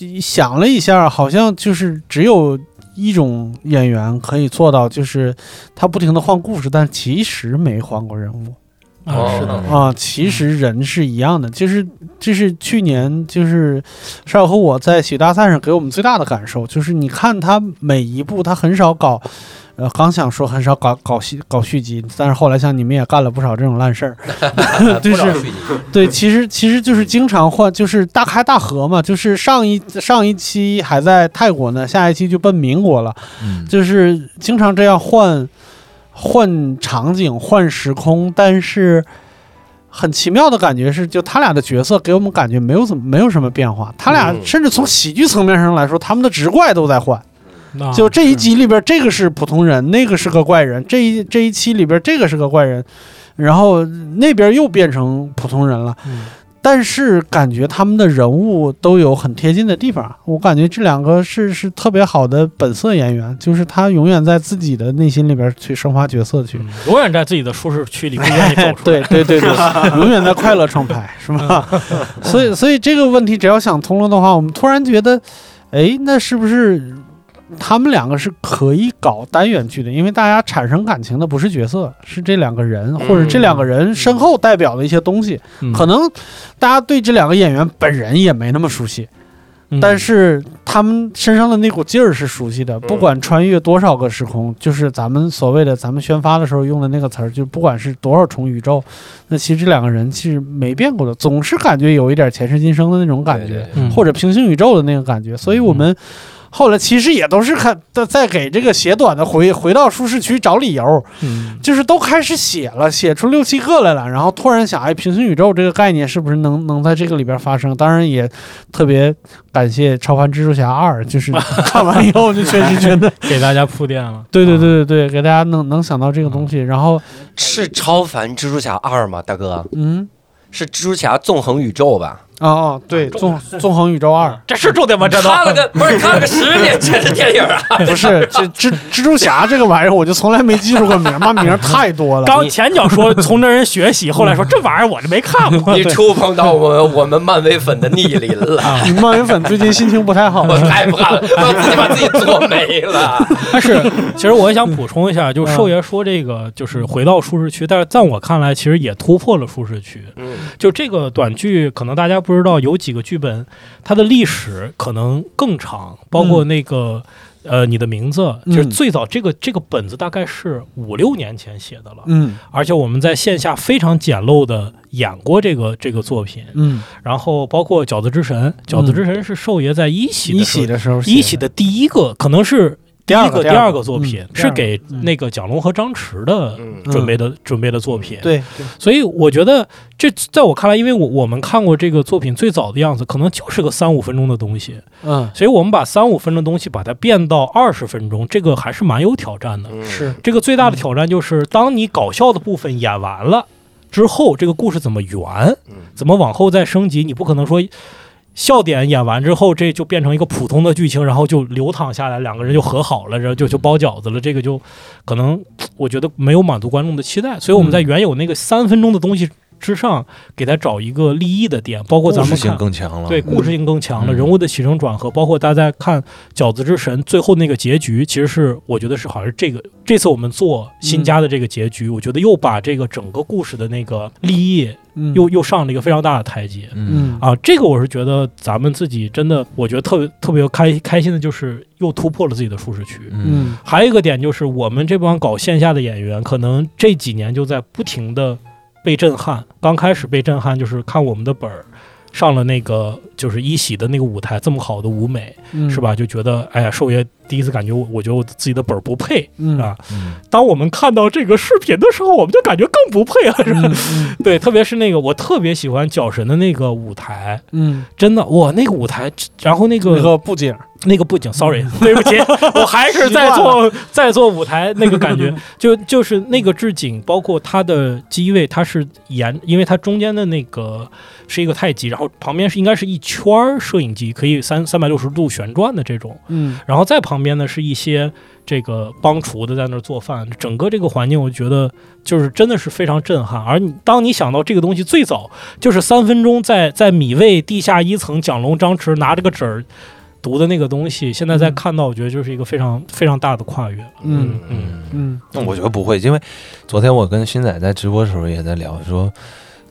Speaker 2: 呃想了一下，好像就是只有一种演员可以做到，就是他不停的换故事，但其实没换过人物
Speaker 6: 啊，是的，
Speaker 2: 啊。其实人是一样的，就是这是去年就是邵友和我在喜剧大赛上给我们最大的感受，就是你看他每一部，他很少搞。呃，刚想说很少搞搞续搞续集，但是后来像你们也干了不少这种烂事儿，嗯
Speaker 1: 呃
Speaker 2: 就是对，其实其实就是经常换，就是大开大合嘛，就是上一上一期还在泰国呢，下一期就奔民国了，
Speaker 5: 嗯
Speaker 2: 就是经常这样换换场景、换时空，但是很奇妙的感觉是，就他俩的角色给我们感觉没有怎么没有什么变化，他俩
Speaker 1: 嗯
Speaker 2: 甚至从喜剧层面上来说，他们的直怪都在换。
Speaker 6: 那
Speaker 2: 就这一集里边，这个是普通人，那个是个怪人；这一这一期里边，这个是个怪人，然后那边又变成普通人了。
Speaker 6: 嗯
Speaker 2: 但是感觉他们的人物都有很贴近的地方，我感觉这两个是是特别好的本色演员，就是他永远在自己的内心里边去升华角色去。
Speaker 6: 嗯永远在自己的舒适区里不愿意 走出来。
Speaker 2: 对哎对对 对，永远在快乐创牌是吧？所以所以这个问题只要想通了的话，我们突然觉得，哎，那是不是他们两个是可以搞单元剧的？因为大家产生感情的不是角色，是这两个人，或者这两个人身后代表的一些东西。
Speaker 6: 嗯
Speaker 2: 可能大家对这两个演员本人也没那么熟悉，
Speaker 6: 嗯
Speaker 2: 但是他们身上的那股劲儿是熟
Speaker 1: 嗯
Speaker 2: 悉的，不管穿越多少个时空，就是咱们所谓的咱们宣发的时候用的那个词儿，就不管是多少重宇宙，那其实这两个人其实没变过的，总是感觉有一点前世今生的那种感觉，
Speaker 1: 对对
Speaker 6: 嗯
Speaker 2: 或者平行宇宙的那个感觉，所以我们。后来其实也都是看在在给这个写短的回回到舒适区找理由，
Speaker 6: 嗯
Speaker 2: 就是都开始写了，写出六七个来了，然后突然想，哎，平行宇宙这个概念是不是能能在这个里边发生？当然也特别感谢《超凡蜘蛛侠二》，就是看完以后就确实觉得，
Speaker 6: 给大家铺垫了。
Speaker 2: 对对对对 嗯对，给大家能能想到这个东西。然后，
Speaker 1: 是超凡蜘蛛侠二吗，大哥？
Speaker 2: 嗯，
Speaker 1: 是蜘蛛侠纵横宇宙吧？
Speaker 2: 哦哦，对，纵纵横宇宙二
Speaker 6: 这是重点吗？这都
Speaker 1: 看了个不是看了个十年前的电影 啊！
Speaker 2: 不是这蜘蜘蛛侠这个玩意儿，我就从来没记住过名儿，嘛名儿太多了。
Speaker 6: 刚前脚说从这人学习，后来说这玩意儿我就没看过。
Speaker 1: 你触碰到我们我们漫威粉的逆鳞 了，
Speaker 2: 你漫威粉最近心情不 太好
Speaker 1: 我，害怕了，我自己把自己做没 了。
Speaker 6: 但是其实我也
Speaker 2: 嗯
Speaker 6: 想补充一下，就是寿爷说这个就是回到舒适区，但是在我看来，其实也突破了舒适区。
Speaker 1: 嗯
Speaker 6: 就这个短剧，可能大家不知道，有几个剧本，它的历史可能更长，包括那个、呃，你的名字，
Speaker 2: 嗯
Speaker 6: 就是最早这个这个本子大概是五六年前写的了，
Speaker 2: 嗯
Speaker 6: 而且我们在线下非常简陋的演过这个这个作品，
Speaker 2: 嗯，
Speaker 6: 然后包括饺子之神，饺子之神是寿爷在一喜
Speaker 2: 一
Speaker 6: 的时
Speaker 2: 喜
Speaker 6: 候
Speaker 2: 的时候写的，
Speaker 6: 一喜的第一个，可能是。第
Speaker 2: 第二个
Speaker 6: 个
Speaker 2: 第
Speaker 6: 第
Speaker 2: 二
Speaker 6: 二
Speaker 2: 个
Speaker 6: 个作品
Speaker 2: 嗯第二
Speaker 6: 是
Speaker 2: 个
Speaker 6: 给
Speaker 2: 嗯
Speaker 6: 那个蒋龙和张弛的
Speaker 1: 嗯
Speaker 6: 准备的准备的作品，
Speaker 2: 对，
Speaker 6: 所以我觉得这在我看来，因为我我们看过这个作品最早的样子，可能就是个三五分钟的东西，
Speaker 2: 嗯
Speaker 6: 所以我们把三五分钟的东西把它变到二十分钟，这个还是蛮有挑战的。
Speaker 1: 嗯，
Speaker 2: 是
Speaker 6: 这个最大的挑战就是，当你搞笑的部分演完了之后，这个故事怎么圆
Speaker 1: 嗯，
Speaker 6: 怎么往后再升级？你不可能说。笑点演完之后，这就变成一个普通的剧情，然后就流淌下来，两个人就和好了，然后就就包饺子了。这个就可能我觉得没有满足观众的期待，所以我们
Speaker 5: 嗯
Speaker 6: 在原有那个三分钟的东西之上，给他找一个立意的点，包括咱
Speaker 5: 故
Speaker 6: 们
Speaker 5: 事性
Speaker 6: 看
Speaker 5: 更强了，
Speaker 6: 对，故事性更强了，
Speaker 5: 啊嗯
Speaker 6: 人物的起承转合，包括大家看《饺子之神》最后那个结局，其实是我觉得是好像是这个这次我们做新加的这个结局，我觉得又把这个整个故事的那个立意
Speaker 2: 嗯
Speaker 6: 又又上了一个非常大的台阶。
Speaker 5: 嗯，
Speaker 2: 嗯
Speaker 6: 啊，这个我是觉得咱们自己真的，我觉得特别特别开开心的，就是又突破了自己的舒适区。
Speaker 5: 嗯
Speaker 2: 嗯
Speaker 6: 还有一个点就是，我们这帮搞线下的演员，可能这几年就在不停的被震撼。刚开始被震撼，就是看我们的本儿上了那个就是一喜的那个舞台，这么好的舞美，
Speaker 2: 嗯
Speaker 6: 是？吧？就觉得哎呀，寿爷第一次感觉我，我觉得我自己的本儿不配。
Speaker 2: 嗯
Speaker 6: 啊当我们看到这个视频的时候，我们就感觉更不配了，
Speaker 2: 嗯
Speaker 6: 是吧？对，特别是那个，我特别喜欢角神的那个舞台，
Speaker 2: 嗯，
Speaker 6: 真的，哇，那个舞台，然后那个
Speaker 2: 那个布景，
Speaker 6: 那个布景，sorry，对不起，我还是在做在做舞台那个感觉，就就是那个置景，包括它的机位，它是沿，因为它中间的那个是一个太极，然后旁边是应该是一圈儿摄影机，可以三三百六十度旋转的这种，
Speaker 2: 嗯
Speaker 6: 然后再旁边呢是一些这个帮厨的在那儿做饭，整个这个环境我觉得就是真的是非常震撼。而你当你想到这个东西最早就是三分钟在在米味地下一层蒋龙张弛拿着个纸儿读的那个东西，现在再看到，我觉得就是一个非常非常大的跨越。
Speaker 2: 嗯
Speaker 6: 嗯
Speaker 2: 嗯
Speaker 5: 那我觉得不会，因为昨天我跟新仔在直播的时候也在聊，说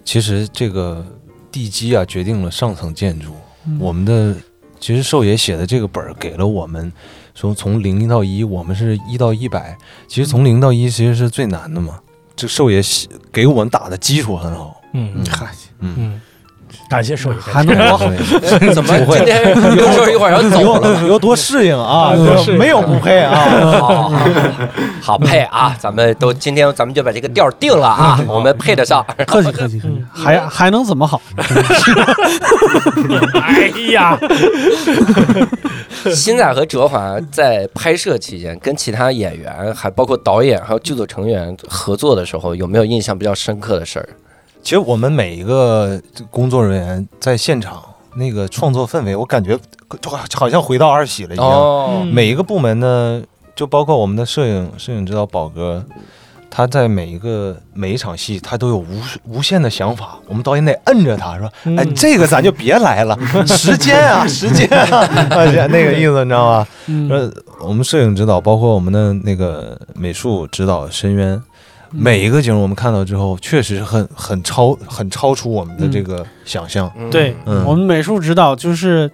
Speaker 5: 其实这个地基啊决定了上层建筑。
Speaker 2: 嗯
Speaker 5: 我们的其实寿爷写的这个本儿给了我们说从零到一，我们是一到一百，其实从零到一其实是最难的嘛。这寿爷写给我们打的基础很好，
Speaker 6: 嗯
Speaker 2: 嗨，
Speaker 5: 嗯，
Speaker 6: 嗯，感谢受益。
Speaker 2: 还能多好？
Speaker 1: 哎 怎么今天又说一会儿要走了？
Speaker 7: 有多适应啊，
Speaker 6: 多适应
Speaker 7: 没有不配啊。
Speaker 1: 好，好好配啊！咱们都今天咱们就把这个调儿定了啊，我们配得上。
Speaker 2: 客气客气客气，还还能怎么好？
Speaker 6: 哎呀，
Speaker 1: 新仔和哲华在拍摄期间，跟其他演员，还包括导演还有剧组成员合作的时候，有没有印象比较深刻的事儿？
Speaker 5: 其实我们每一个工作人员在现场那个创作氛围，我感觉就好像回到二喜了一样。
Speaker 1: 哦，
Speaker 6: 嗯
Speaker 5: 每一个部门呢，就包括我们的摄影摄影指导宝哥，他在每一个每一场戏，他都有无无限的想法。我们导演得摁着他说：“
Speaker 6: 嗯
Speaker 5: 哎，这个咱就别来了，时间啊，时间啊， 哎那个意思你知道吗？”
Speaker 2: 嗯
Speaker 5: 呃，我们摄影指导，包括我们的那个美术指导申渊，
Speaker 2: 嗯
Speaker 5: 每一个景儿我们看到之后，确实很很超很超出我们的这个想象。
Speaker 1: 嗯
Speaker 6: 对，
Speaker 5: 嗯，
Speaker 2: 我们美术指导就是《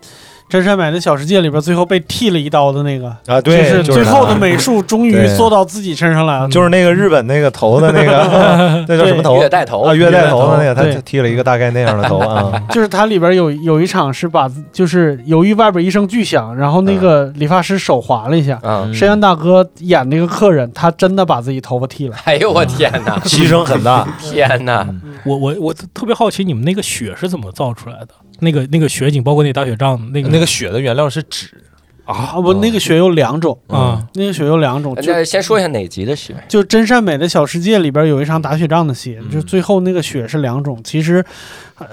Speaker 2: 真善美的小世界》里边最后被剃了一刀的那个，
Speaker 5: 啊，对，
Speaker 2: 就是
Speaker 5: 就是
Speaker 2: 最后的
Speaker 5: 他
Speaker 2: 美术终于
Speaker 5: 对嗯
Speaker 2: 做到自己身上来了，
Speaker 5: 就是那个日本那个头的那 个，那叫什么头？
Speaker 1: 月带头
Speaker 5: 啊，月带头的那个，
Speaker 2: 对。
Speaker 5: 他剃了一个大概那样的 头啊
Speaker 2: 就是它里边有有一场是把就是由于外边一声巨响，然后那个
Speaker 5: 嗯
Speaker 2: 理发师手滑了一下，
Speaker 1: 啊！
Speaker 2: 深渊大哥演那个客人，他真的把自己头发剃了。
Speaker 1: 哎呦我天哪，
Speaker 5: 嗯牺牲很大，
Speaker 1: 天哪！
Speaker 6: 我我我特别好奇你们那个雪是怎么造出来的？那个那个雪景，包括那打雪仗，那个
Speaker 5: 那个血的原料是纸
Speaker 2: 啊，不，那个雪有两种，
Speaker 6: 啊，
Speaker 2: 那个雪有两种，就
Speaker 1: 哎那先说一下哪集的雪？
Speaker 2: 就《真善美的小世界》里边有一场打雪仗的戏，
Speaker 5: 嗯
Speaker 2: 就最后那个雪是两种，其实，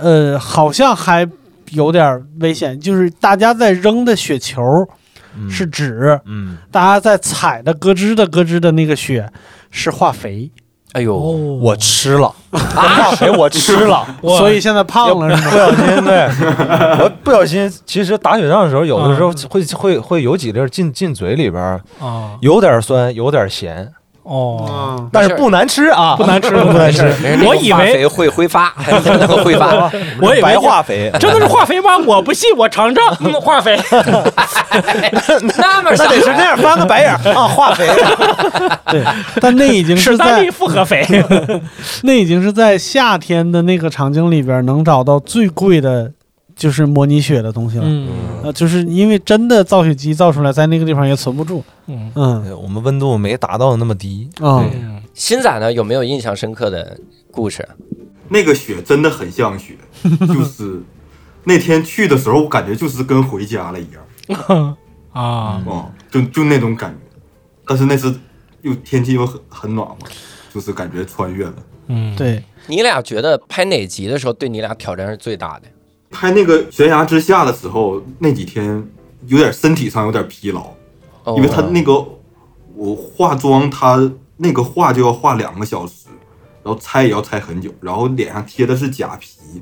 Speaker 2: 呃，好像还有点危险，就是大家在扔的雪球是纸，
Speaker 5: 嗯，
Speaker 2: 大家在踩的咯吱的咯吱的那个雪是化肥，
Speaker 1: 哎
Speaker 5: 嗯
Speaker 1: 呦，
Speaker 6: 哦
Speaker 5: 我吃 了，化肥啊我吃了，
Speaker 6: 哇
Speaker 2: 所以现在胖了是吗？
Speaker 5: 不小心对，我不小心，其实打雪仗的时候，有的时候会会会有几粒儿进进嘴里边儿，
Speaker 6: 啊
Speaker 5: 有点酸，有点咸，
Speaker 6: 哦，
Speaker 2: 啊，
Speaker 5: 但是不难吃啊，
Speaker 6: 不难吃，不
Speaker 5: 不难吃，
Speaker 6: 我以
Speaker 1: 化
Speaker 6: 为
Speaker 1: 肥会挥发，能够挥发。
Speaker 6: 我以为
Speaker 5: 白化肥，
Speaker 6: 真的是化肥吗？我不信，我尝 尝。嗯，化肥。
Speaker 1: 那么
Speaker 5: 那
Speaker 1: 上
Speaker 5: 得是那样翻个白眼 儿啊，化肥，
Speaker 2: 对，但那已经
Speaker 6: 史
Speaker 2: 是
Speaker 6: 丹
Speaker 2: 在
Speaker 6: 利复合肥。
Speaker 2: 那已经是在夏天的那个场景里边能找到最贵的，就是模拟雪的东西了。
Speaker 6: 嗯
Speaker 2: 呃，就是因为真的造雪机造出来，在那个地方也存不住。
Speaker 6: 嗯
Speaker 2: 嗯
Speaker 5: 我们温度没达到那么低，
Speaker 2: 啊，
Speaker 6: 嗯，
Speaker 1: 新仔呢有没有印象深刻的故事？
Speaker 4: 那个雪真的很像雪，就是那天去的时候，我感觉就是跟回家了一样，
Speaker 6: 啊，
Speaker 4: 啊、就就那种感觉。但是那次又天气又很很暖和，就是感觉穿越了。
Speaker 6: 嗯，
Speaker 2: 对，
Speaker 1: 你俩觉得拍哪集的时候对你俩挑战是最大的？
Speaker 4: 拍那个悬崖之下的时候，那几天有点身体上有点疲劳，
Speaker 1: 哦
Speaker 4: 因为他那个我化妆，他那个画就要画两个小时，然后拆也要拆很久，然后脸上贴的是假皮，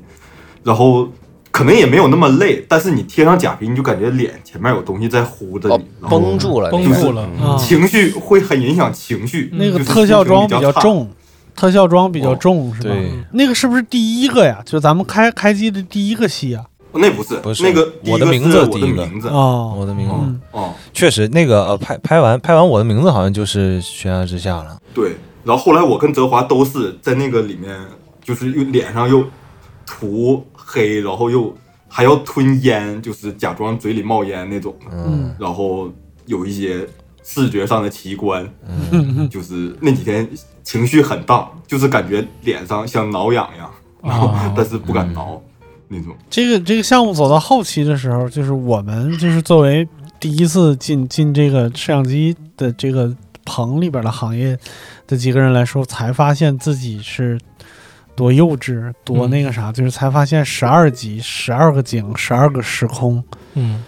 Speaker 4: 然后可能也没有那么累，但是你贴上假皮，你就感觉脸前面有东西在糊着
Speaker 1: 哦
Speaker 4: 你，然后
Speaker 1: 绷住了，
Speaker 6: 绷住了。
Speaker 2: 啊，
Speaker 4: 情绪会很影响情绪，
Speaker 2: 嗯那
Speaker 4: 就
Speaker 2: 个
Speaker 4: 是
Speaker 2: 特效妆
Speaker 4: 心
Speaker 2: 比
Speaker 4: 情
Speaker 2: 较
Speaker 4: 差，哦
Speaker 2: 重，特效妆比较重是吧？
Speaker 5: 对，
Speaker 2: 那个是不是第一个呀？就咱们开开机的第一个戏啊？
Speaker 4: 哦那不是
Speaker 5: 不是
Speaker 4: 那个第一
Speaker 5: 我的
Speaker 4: 个
Speaker 5: 名字
Speaker 4: 是
Speaker 5: 第
Speaker 4: 我的
Speaker 5: 一个
Speaker 4: 名字
Speaker 2: 哦，
Speaker 5: 我的名字。
Speaker 2: 嗯
Speaker 4: 哦。
Speaker 5: 确实，那个呃，拍拍完拍完我的名字好像就是悬崖之下了。
Speaker 4: 对，然后后来我跟泽华都是在那个里面，就是又脸上又涂黑，然后又还要吞烟，就是假装嘴里冒烟那种，
Speaker 2: 嗯
Speaker 4: 然后有一些视觉上的奇观， 就是那几天情绪很荡，就是感觉脸上像挠痒痒，然后但是不敢挠那种。
Speaker 2: 这个这个项目走到后期的时候，就是我们就是作为第一次进进这个摄像机的这个棚里边的行业的几个人来说，才发现自己是多幼稚，多那个啥，就是才发现十二集、十二个景、十二个时空、
Speaker 6: 嗯，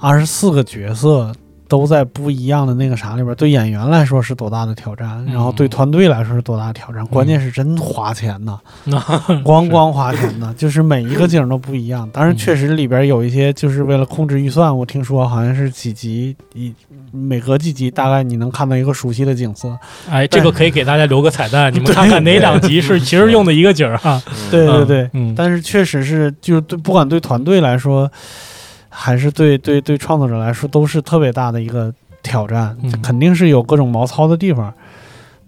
Speaker 2: 二十四个角色都在不一样的那个啥里边，对演员来说是多大的挑战，然后对团队来说是多大的挑战，关键是真花钱呐。
Speaker 6: 那
Speaker 2: 光光花钱的，就是每一个景都不一样。当然，确实里边有一些就是为了控制预算，我听说好像是几集一每隔几集大概你能看到一个熟悉的景色。
Speaker 6: 哎，这个可以给大家留个彩蛋，你们看看哪两集是其实用的一个景儿哈。
Speaker 2: 对对
Speaker 6: 嗯
Speaker 2: 对，
Speaker 6: 嗯，
Speaker 2: 但是确实是就是对不管对团队来说，还是对对对创作者来说，都是特别大的一个挑战，
Speaker 6: 嗯
Speaker 2: 肯定是有各种毛糙的地方。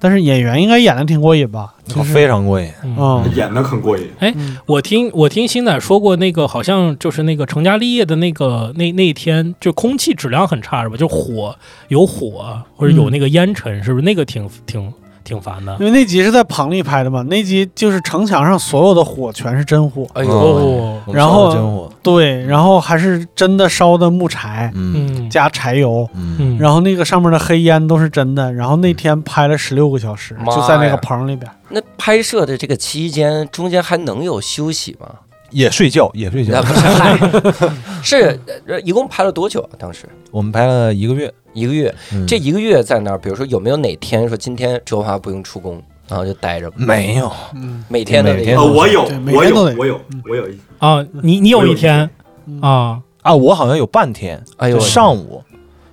Speaker 2: 但是演员应该演的挺过瘾吧？就是
Speaker 5: 哦非常过瘾。
Speaker 6: 嗯
Speaker 2: 啊，
Speaker 4: 演的很过瘾，
Speaker 2: 嗯
Speaker 6: 我听我听星仔说过，那个好像就是那个成家立业的那个那那一天，就空气质量很差是吧？就火有火或者
Speaker 2: 嗯
Speaker 6: 有那个烟尘，是不是那个挺挺挺烦的？
Speaker 2: 因为那集是在棚里拍的嘛，那集就是城墙上所有的火全是真火，
Speaker 1: 哎呦，
Speaker 6: 哦，
Speaker 5: 我们
Speaker 2: 然后
Speaker 5: 烧的真火，
Speaker 2: 对，然后还是真的烧的木柴
Speaker 5: 嗯
Speaker 6: 嗯，
Speaker 2: 加柴油，
Speaker 5: 嗯，
Speaker 6: 嗯，
Speaker 2: 然后那个上面的黑烟都是真的。然后那天拍了十六个小时，
Speaker 1: 妈
Speaker 2: 就在那
Speaker 1: 呀
Speaker 2: 个棚里边。
Speaker 1: 那拍摄的这个期间，中间还能有休息吗？
Speaker 5: 也睡觉，也睡
Speaker 1: 那
Speaker 5: 觉。
Speaker 1: 不是，嗨是呃一共拍了多久啊？当时
Speaker 5: 我们拍了一个月，
Speaker 1: 一个月，
Speaker 5: 嗯
Speaker 1: 这一个月在那儿，比如说有没有哪天说今天周华不用出工，然后就待着，
Speaker 5: 没有，
Speaker 2: 嗯，
Speaker 1: 每天的那
Speaker 5: 每
Speaker 1: 个
Speaker 5: 天
Speaker 4: 呃，我有
Speaker 2: 对，每
Speaker 4: 我
Speaker 2: 天
Speaker 4: 有
Speaker 2: 都得，
Speaker 4: 我有
Speaker 2: 嗯，
Speaker 4: 我有一
Speaker 6: 啊，你你有一天
Speaker 2: 嗯
Speaker 6: 啊，
Speaker 5: 啊，我好像有半天，
Speaker 1: 哎呦
Speaker 5: 就，上午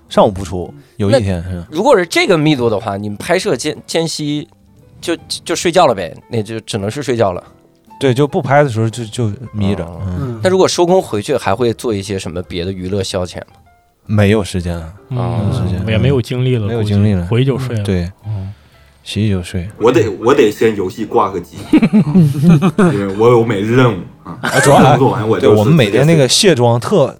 Speaker 5: 上午不出，有
Speaker 1: 那
Speaker 5: 一天是
Speaker 1: 如果是这个密度的话，你们拍摄间间隙就就就睡觉了呗，那就只能是睡觉了。
Speaker 5: 对，就不拍的时候就就眯着
Speaker 1: 哦，
Speaker 5: 嗯，
Speaker 2: 嗯
Speaker 1: 那如果收工回去，还会做一些什么别的娱乐消遣吗？
Speaker 5: 没有时间了，
Speaker 1: 嗯
Speaker 5: 时间
Speaker 6: 也没有精力了，
Speaker 5: 没有
Speaker 6: 估计
Speaker 5: 精力了嗯
Speaker 6: 回去就睡了。，
Speaker 5: 对，洗洗就睡。
Speaker 4: 我得我得先游戏挂个 机，啊因为我有每日任务啊。
Speaker 5: 主要
Speaker 4: 工作完我
Speaker 5: 对
Speaker 4: 就
Speaker 5: 我
Speaker 4: 是
Speaker 5: 们每天那
Speaker 4: 直接
Speaker 5: 个卸妆特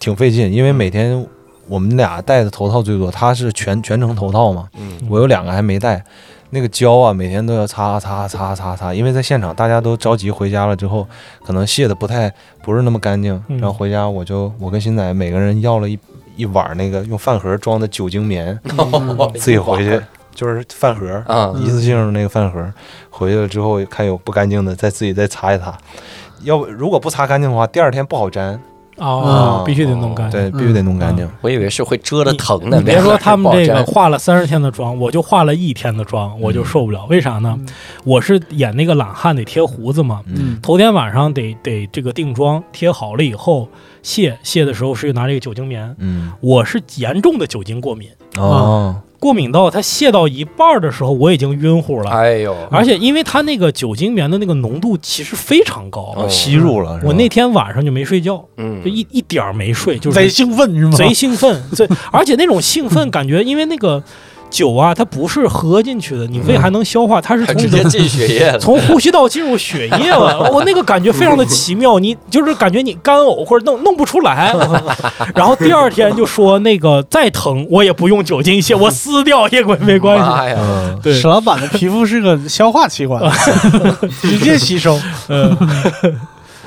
Speaker 5: 挺费劲，因为每天我们俩戴的头套最多，他是全全程头套嘛，
Speaker 1: 嗯
Speaker 5: 我有两个还没戴。那个胶啊，每天都要擦擦擦擦擦，因为在现场大家都着急回家了，之后可能卸的不太不是那么干净，
Speaker 6: 嗯
Speaker 5: 然后回家我就我跟新仔每个人要了一一碗那个用饭盒装的酒精棉，
Speaker 2: 嗯哦
Speaker 5: 嗯自己回去就是饭盒，
Speaker 1: 啊，
Speaker 5: 一次性那个饭盒，回去了之后看有不干净的，再自己再擦一擦。要不如果不擦干净的话，第二天不好粘。
Speaker 6: 哦
Speaker 5: 啊，
Speaker 6: 必须得弄干净。
Speaker 5: 对，必须得弄干净。
Speaker 1: 我以为是会遮的疼呢。
Speaker 6: 你别说他们这
Speaker 1: 不
Speaker 6: 个
Speaker 1: 好
Speaker 6: 化了三十天的妆，我就化了一天的妆，我就
Speaker 5: 嗯
Speaker 6: 受不了。为啥呢？我是演那个懒汉得贴胡子嘛，
Speaker 2: 嗯
Speaker 6: 头天晚上得得这个定妆，贴好了以后卸卸的时候是拿这个酒精棉。
Speaker 5: 嗯
Speaker 6: 我是严重的酒精过敏，
Speaker 5: 哦，
Speaker 6: 过敏到它卸到一半儿的时候我已经晕乎
Speaker 1: 粘
Speaker 6: 了，
Speaker 1: 哎呦，
Speaker 6: 而且因为它那个酒精棉的那个浓度其实非常高
Speaker 1: 哦，
Speaker 5: 吸入了。是吧
Speaker 6: 嗯我那天晚上就没睡觉，
Speaker 1: 嗯
Speaker 6: 就，一一点儿没睡，就是
Speaker 2: 贼兴奋是吗？
Speaker 6: 贼兴奋， 对，而且那种兴奋感觉，因为那个酒啊，它不是喝进去的，你胃
Speaker 5: 嗯
Speaker 6: 还能消化，它是
Speaker 1: 他
Speaker 6: 从
Speaker 1: 直
Speaker 6: 你
Speaker 1: 接
Speaker 6: 的
Speaker 1: 进血液了。
Speaker 6: 从呼吸道进入血液了，我那个感觉非常的奇妙，你就是感觉你干呕或者弄弄不出来， 然后第二天就说那个再疼我也不用酒精泻，我撕掉也没没 关系，
Speaker 1: 妈 呀！
Speaker 5: 嗯，
Speaker 6: 对
Speaker 2: 史老板的皮肤是个消化器官，直接吸收。
Speaker 6: 嗯，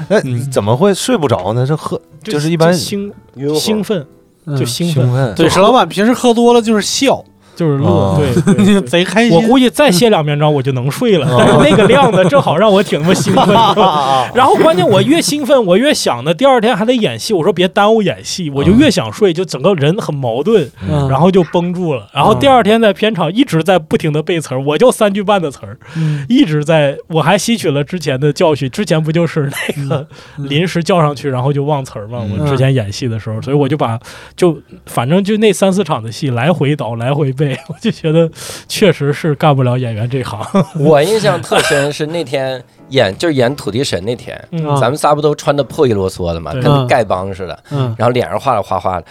Speaker 5: 那你怎么会睡不着呢？这喝就是一般
Speaker 6: 兴
Speaker 1: 晕乎
Speaker 6: 兴奋
Speaker 2: 嗯
Speaker 6: 就兴奋
Speaker 5: 兴奋，
Speaker 2: 对，史老板平时喝多了就是笑，
Speaker 6: 就是乐
Speaker 5: 哦，
Speaker 6: 对对。对
Speaker 2: 贼开心。
Speaker 6: 我估计再卸两遍妆我就能睡了，但 是那个量呢，正好让我挺他妈兴奋的。然后关键我越兴奋，我越想呢，第二天还得演戏，我说别耽误演戏，我就越想睡，就整个人很矛盾，
Speaker 2: 嗯，
Speaker 6: 然后就绷住了。然后第二天在片场一直在不停的背词儿，我就三句半的词儿，
Speaker 2: 嗯
Speaker 6: 一直在，我还吸取了之前的教训，之前不就是那个
Speaker 2: 嗯
Speaker 6: 临时叫上去然后就忘词儿嘛，
Speaker 5: 嗯
Speaker 6: 我之前演戏的时候，所以我就把就反正就那三四场的戏来回倒来回背，我就觉得确实是干不了演员这行。
Speaker 1: 我印象特深是那天演就是演土地神那天，
Speaker 6: 嗯
Speaker 1: 咱们仨不都穿的破衣啰嗦的嘛，
Speaker 6: 对
Speaker 1: 跟丐帮似的，
Speaker 2: 嗯
Speaker 1: 然后脸上画了花花的，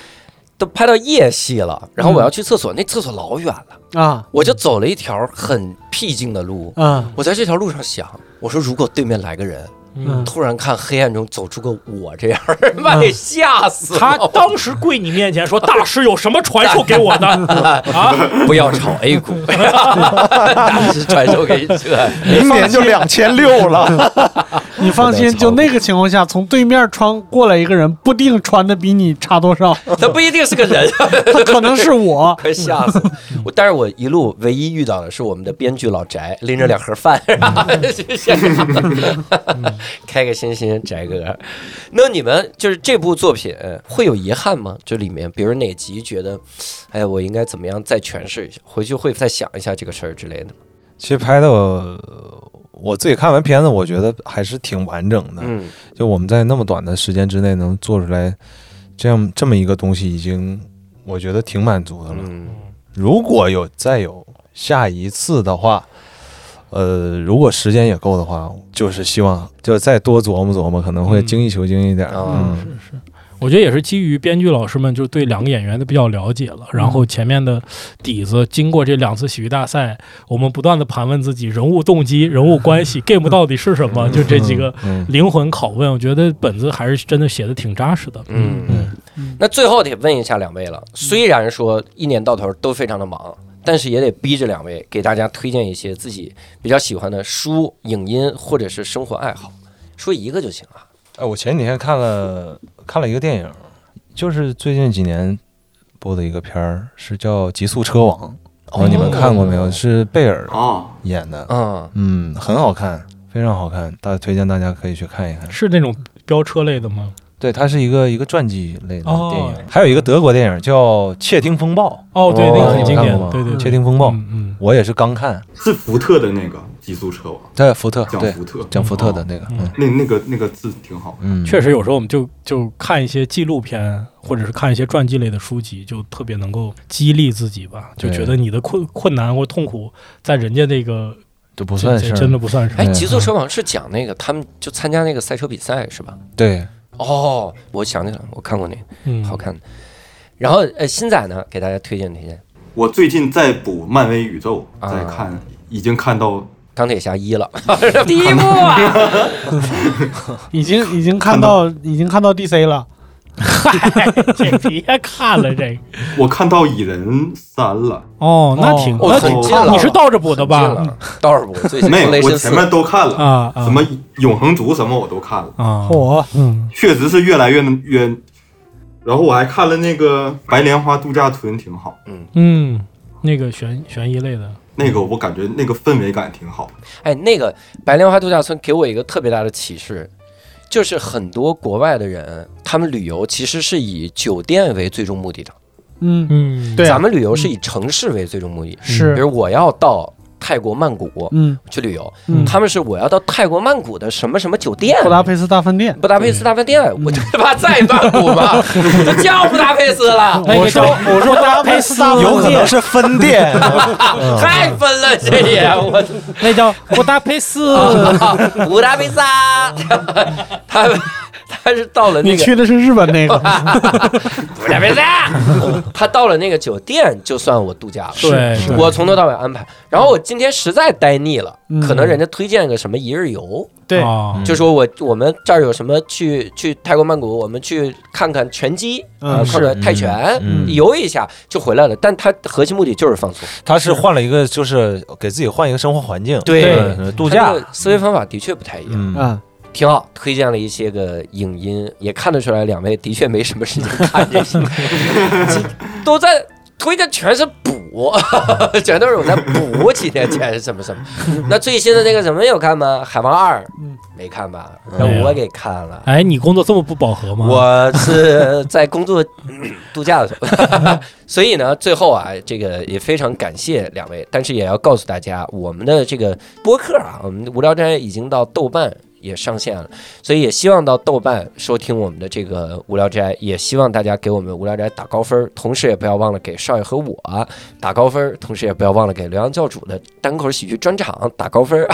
Speaker 1: 都拍到夜戏了。然后
Speaker 6: 嗯
Speaker 1: 我要去厕所，那厕所老远了，
Speaker 2: 啊
Speaker 1: 我就走了一条很僻静的路。
Speaker 2: 啊
Speaker 6: 嗯
Speaker 1: 嗯我在这条路上想，我说如果对面来个人，
Speaker 2: 嗯
Speaker 1: 突然看黑暗中走出个我这样儿，把给吓死了。
Speaker 6: 他当时跪你面前说：“大师有什么传授给我的？”啊，
Speaker 1: 不要炒 A 股， 大师传授给这。
Speaker 7: 明年就两千六了，
Speaker 2: 你放心，就那个情况下，从对面穿过来一个人，不定穿的比你差多少，
Speaker 1: 他不一定是个人，
Speaker 2: 他可能是我。
Speaker 1: 快吓死我！但是我一路唯一遇到的是我们的编剧老翟，拎着两盒饭，就现场 开个心心，翟哥。那你们就是这部作品呃会有遗憾吗？就里面，比如哪集觉得，哎呀，我应该怎么样再诠释一下？回去会再想一下这个事儿之类的。
Speaker 5: 其实拍的我我自己看完片子，我觉得还是挺完整的。
Speaker 1: 嗯
Speaker 5: 就我们在那么短的时间之内能做出来这样这么一个东西，已经我觉得挺满足的了。
Speaker 1: 嗯
Speaker 5: 如果有再有下一次的话，呃，如果时间也够的话，就是希望就再多琢磨琢磨，可能会精益求精一点。
Speaker 1: 啊
Speaker 5: 嗯，
Speaker 6: 我觉得也是基于编剧老师们就对两个演员的比较了解了，
Speaker 5: 嗯
Speaker 6: 然后前面的底子，经过这两次喜剧大赛，我们不断的盘问自己人物动机、人物 关系、game 到底是什么，就这几个
Speaker 5: 嗯，
Speaker 6: 灵魂拷问，我觉得本子还是真的写的挺扎实的。
Speaker 1: 嗯
Speaker 5: 嗯
Speaker 1: 嗯。那最后得问一下两位了，虽然说一年到头都非常的忙。但是也得逼着两位给大家推荐一些自己比较喜欢的书、影音或者是生活爱好，说一个就行啊。
Speaker 5: 哎，我前几天看了看了一个电影，就是最近几年播的一个片儿，是叫《极速车王》，不知道你们看过没有？是贝尔
Speaker 4: 啊，
Speaker 5: 演的，
Speaker 1: 嗯，
Speaker 5: 嗯，很好看，非常好看，大推荐大家可以去看一看。
Speaker 6: 是那种飙车类的吗？
Speaker 5: 对，它是一个一个传记类的
Speaker 6: 哦
Speaker 5: 电影，还有一个德国电影叫《窃听风暴
Speaker 6: 哦，对，那个很
Speaker 5: 你
Speaker 6: 经
Speaker 5: 看
Speaker 6: 典
Speaker 5: 过吗，
Speaker 6: 对对》，
Speaker 5: 《窃
Speaker 6: 对，
Speaker 5: 听风暴》
Speaker 6: 嗯嗯，
Speaker 5: 我也是刚看，
Speaker 4: 是福特的那个极速车王，
Speaker 5: 在福特，
Speaker 4: 讲
Speaker 5: 对，
Speaker 4: 福特，
Speaker 5: 讲福特的
Speaker 4: 哦
Speaker 5: 那个，
Speaker 6: 嗯
Speaker 5: 嗯
Speaker 4: 那那个那个字挺好。
Speaker 5: 嗯，
Speaker 6: 确实有时候我们就就看一些纪录片，或者是看一些传记类的书籍，就特别能够激励自己吧，就
Speaker 5: 对
Speaker 6: 觉得你的困困难或痛苦，在人家那个
Speaker 5: 这不
Speaker 6: 这
Speaker 5: 算
Speaker 6: 这
Speaker 5: 事儿，
Speaker 6: 真的不算什么。
Speaker 1: 哎，
Speaker 5: 嗯
Speaker 1: 极速车王是讲那个他们就参加那个赛车比赛是吧？
Speaker 5: 对，
Speaker 1: 哦，我想起来了，我看过那个，
Speaker 6: 嗯，
Speaker 1: 好。看。然后呃，新仔呢，给大家推荐推荐《
Speaker 4: 我最近在补漫威宇宙，
Speaker 1: 啊
Speaker 4: 在看，已经看到
Speaker 1: 钢铁侠一》了，第一部啊，
Speaker 2: 已经已经看到已经看到 DC 了，
Speaker 6: 嗨，这哎别看了这个。
Speaker 4: 我看到蚁人三了，
Speaker 6: 哦，那
Speaker 2: 哦
Speaker 6: 挺
Speaker 1: 哦
Speaker 6: 那
Speaker 1: 很
Speaker 6: 挺
Speaker 1: 近了
Speaker 6: 你是倒着补的
Speaker 1: 很近
Speaker 6: 吧？
Speaker 1: 了？倒是不，最近
Speaker 4: 没
Speaker 1: 雷
Speaker 4: 有，我
Speaker 1: 神
Speaker 4: 前
Speaker 1: 四
Speaker 4: 面都看了，
Speaker 6: 啊啊
Speaker 4: 什么永恒族什么我都看了，
Speaker 6: 啊！
Speaker 2: 我
Speaker 6: 嗯，
Speaker 4: 确实是越来越越。然后我还看了那个《白莲花度假村》，挺好，
Speaker 6: 嗯，那个悬悬疑类的，
Speaker 4: 那个我感觉那个氛围感挺好。
Speaker 1: 哎，那个《白莲花度假村》给我一个特别大的启示，就是很多国外的人，他们旅游其实是以酒店为最终目的的，
Speaker 2: 嗯，
Speaker 6: 嗯，
Speaker 2: 对啊嗯
Speaker 1: 咱们旅游是以城市为最终目的。比
Speaker 2: 是，
Speaker 1: 如我要到泰国曼谷
Speaker 2: 嗯，
Speaker 1: 去旅游，
Speaker 2: 嗯
Speaker 1: 他们是我要到泰国曼谷的什么什么酒店。
Speaker 2: 布达佩斯大嗯饭店，
Speaker 1: 布达佩斯大饭店，我就他妈在曼谷 嘛，都叫布达佩斯了，
Speaker 6: 哎
Speaker 2: 我说我说布达佩斯大饭
Speaker 7: 有可
Speaker 2: 店，
Speaker 7: 能是分店。
Speaker 2: 嗯
Speaker 1: 太分了，这也我
Speaker 3: 那叫布达佩斯，
Speaker 1: 布达佩斯啊， 他他是到了那
Speaker 2: 你
Speaker 1: 个
Speaker 2: 去的是日本那个，
Speaker 1: 不是不是， 他到了那个酒店就算我度假了。
Speaker 6: 对，对
Speaker 1: 我从头到尾安排，然后我今天实在待腻了，
Speaker 2: 嗯
Speaker 1: 可能人家推荐个什么一日游，
Speaker 2: 对
Speaker 6: 啊
Speaker 1: 就说我我们这儿有什么去去泰国曼谷，我们去看看拳击
Speaker 2: 嗯
Speaker 1: 啊，
Speaker 2: 是
Speaker 1: 或者泰拳，
Speaker 5: 嗯
Speaker 1: 游一下就回来了。但他核心目的就是放松，
Speaker 5: 他是换了一个，就是给自己换一个生活环境，
Speaker 1: 对
Speaker 5: 呃度假
Speaker 1: 他这，个思维方法的确不太一样，
Speaker 5: 嗯，
Speaker 2: 嗯，
Speaker 1: 挺好。推荐了一些个影音，也看得出来两位的确没什么事情看这些，都在推荐全是补， 全都是我在补几天前什么什么。那最新的那个什么有看吗？《海王二》
Speaker 2: 嗯
Speaker 1: 没看吧？
Speaker 6: 没
Speaker 1: 那
Speaker 6: 有
Speaker 1: 我给看了。
Speaker 6: 哎，你工作这么不饱和吗？
Speaker 1: 我是在工作度假的时候， 所以呢，最后啊，这个也非常感谢两位，但是也要告诉大家，我们的这个播客啊，我们的无聊斋已经到豆瓣也上线了，所以也希望到豆瓣收听我们的这个无聊斋，也希望大家给我们无聊斋打高分儿，同时也不要忘了给少爷和我啊打高分儿，同时也不要忘了给刘洋教主的单口喜剧专场打高分儿。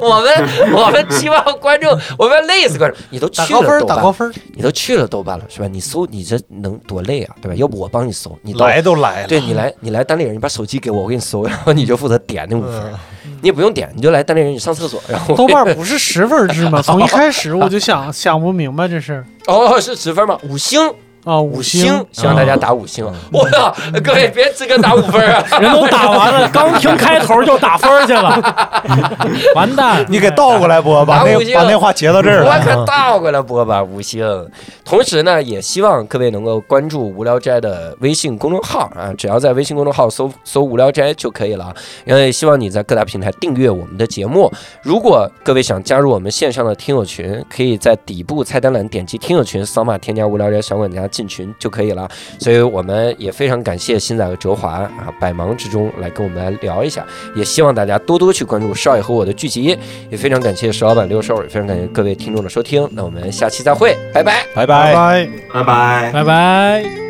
Speaker 1: 我们我们期望观众，我们要累死观众，你都
Speaker 2: 打
Speaker 1: 去
Speaker 2: 高
Speaker 1: 了
Speaker 2: 分 儿
Speaker 1: 豆
Speaker 2: 打
Speaker 1: 瓣
Speaker 2: 高 分儿，
Speaker 1: 你都去了豆瓣了是吧？你搜你这能多累啊，对吧？要不我帮你搜，你到
Speaker 7: 来都来了，
Speaker 1: 对你来你来单立人，你把手机给我，我给你 嗯搜，然后你就负责点那五分，你也不用点，你就来单立人，你上厕所，然后
Speaker 2: 豆瓣不是十分儿二制嘛，从一开始我就想想不明白这事儿
Speaker 1: 哦，是十分吗？五星，
Speaker 2: 啊，
Speaker 1: 五
Speaker 2: 星，
Speaker 1: 希望大家打五星。啊嗯我操， 各位别只跟打五分啊！
Speaker 6: 人都打完了，刚听开头就打分儿去了，完蛋！
Speaker 7: 你给倒过来播，把那
Speaker 1: 打五星
Speaker 7: 把那话截到这儿
Speaker 1: 我
Speaker 7: 来。
Speaker 1: 可倒过来播吧，五星。同时呢，也希望各位能够关注无聊斋的微信公众号啊，只要在微信公众号搜搜无聊斋就可以了啊。然后也希望你在各大平台订阅我们的节目。如果各位想加入我们线上的听友群，可以在底部菜单栏点击听友群，扫码添加无聊斋小管家进群就可以了。所以我们也非常感谢新仔和哲华啊，百忙之中来跟我们来聊一下，也希望大家多多去关注少爷和我的剧集。也非常感谢石老板、六兽，也非常感谢各位听众的收听。那我们下期再会，拜拜。
Speaker 7: 拜拜。
Speaker 4: 拜拜。
Speaker 6: 拜拜。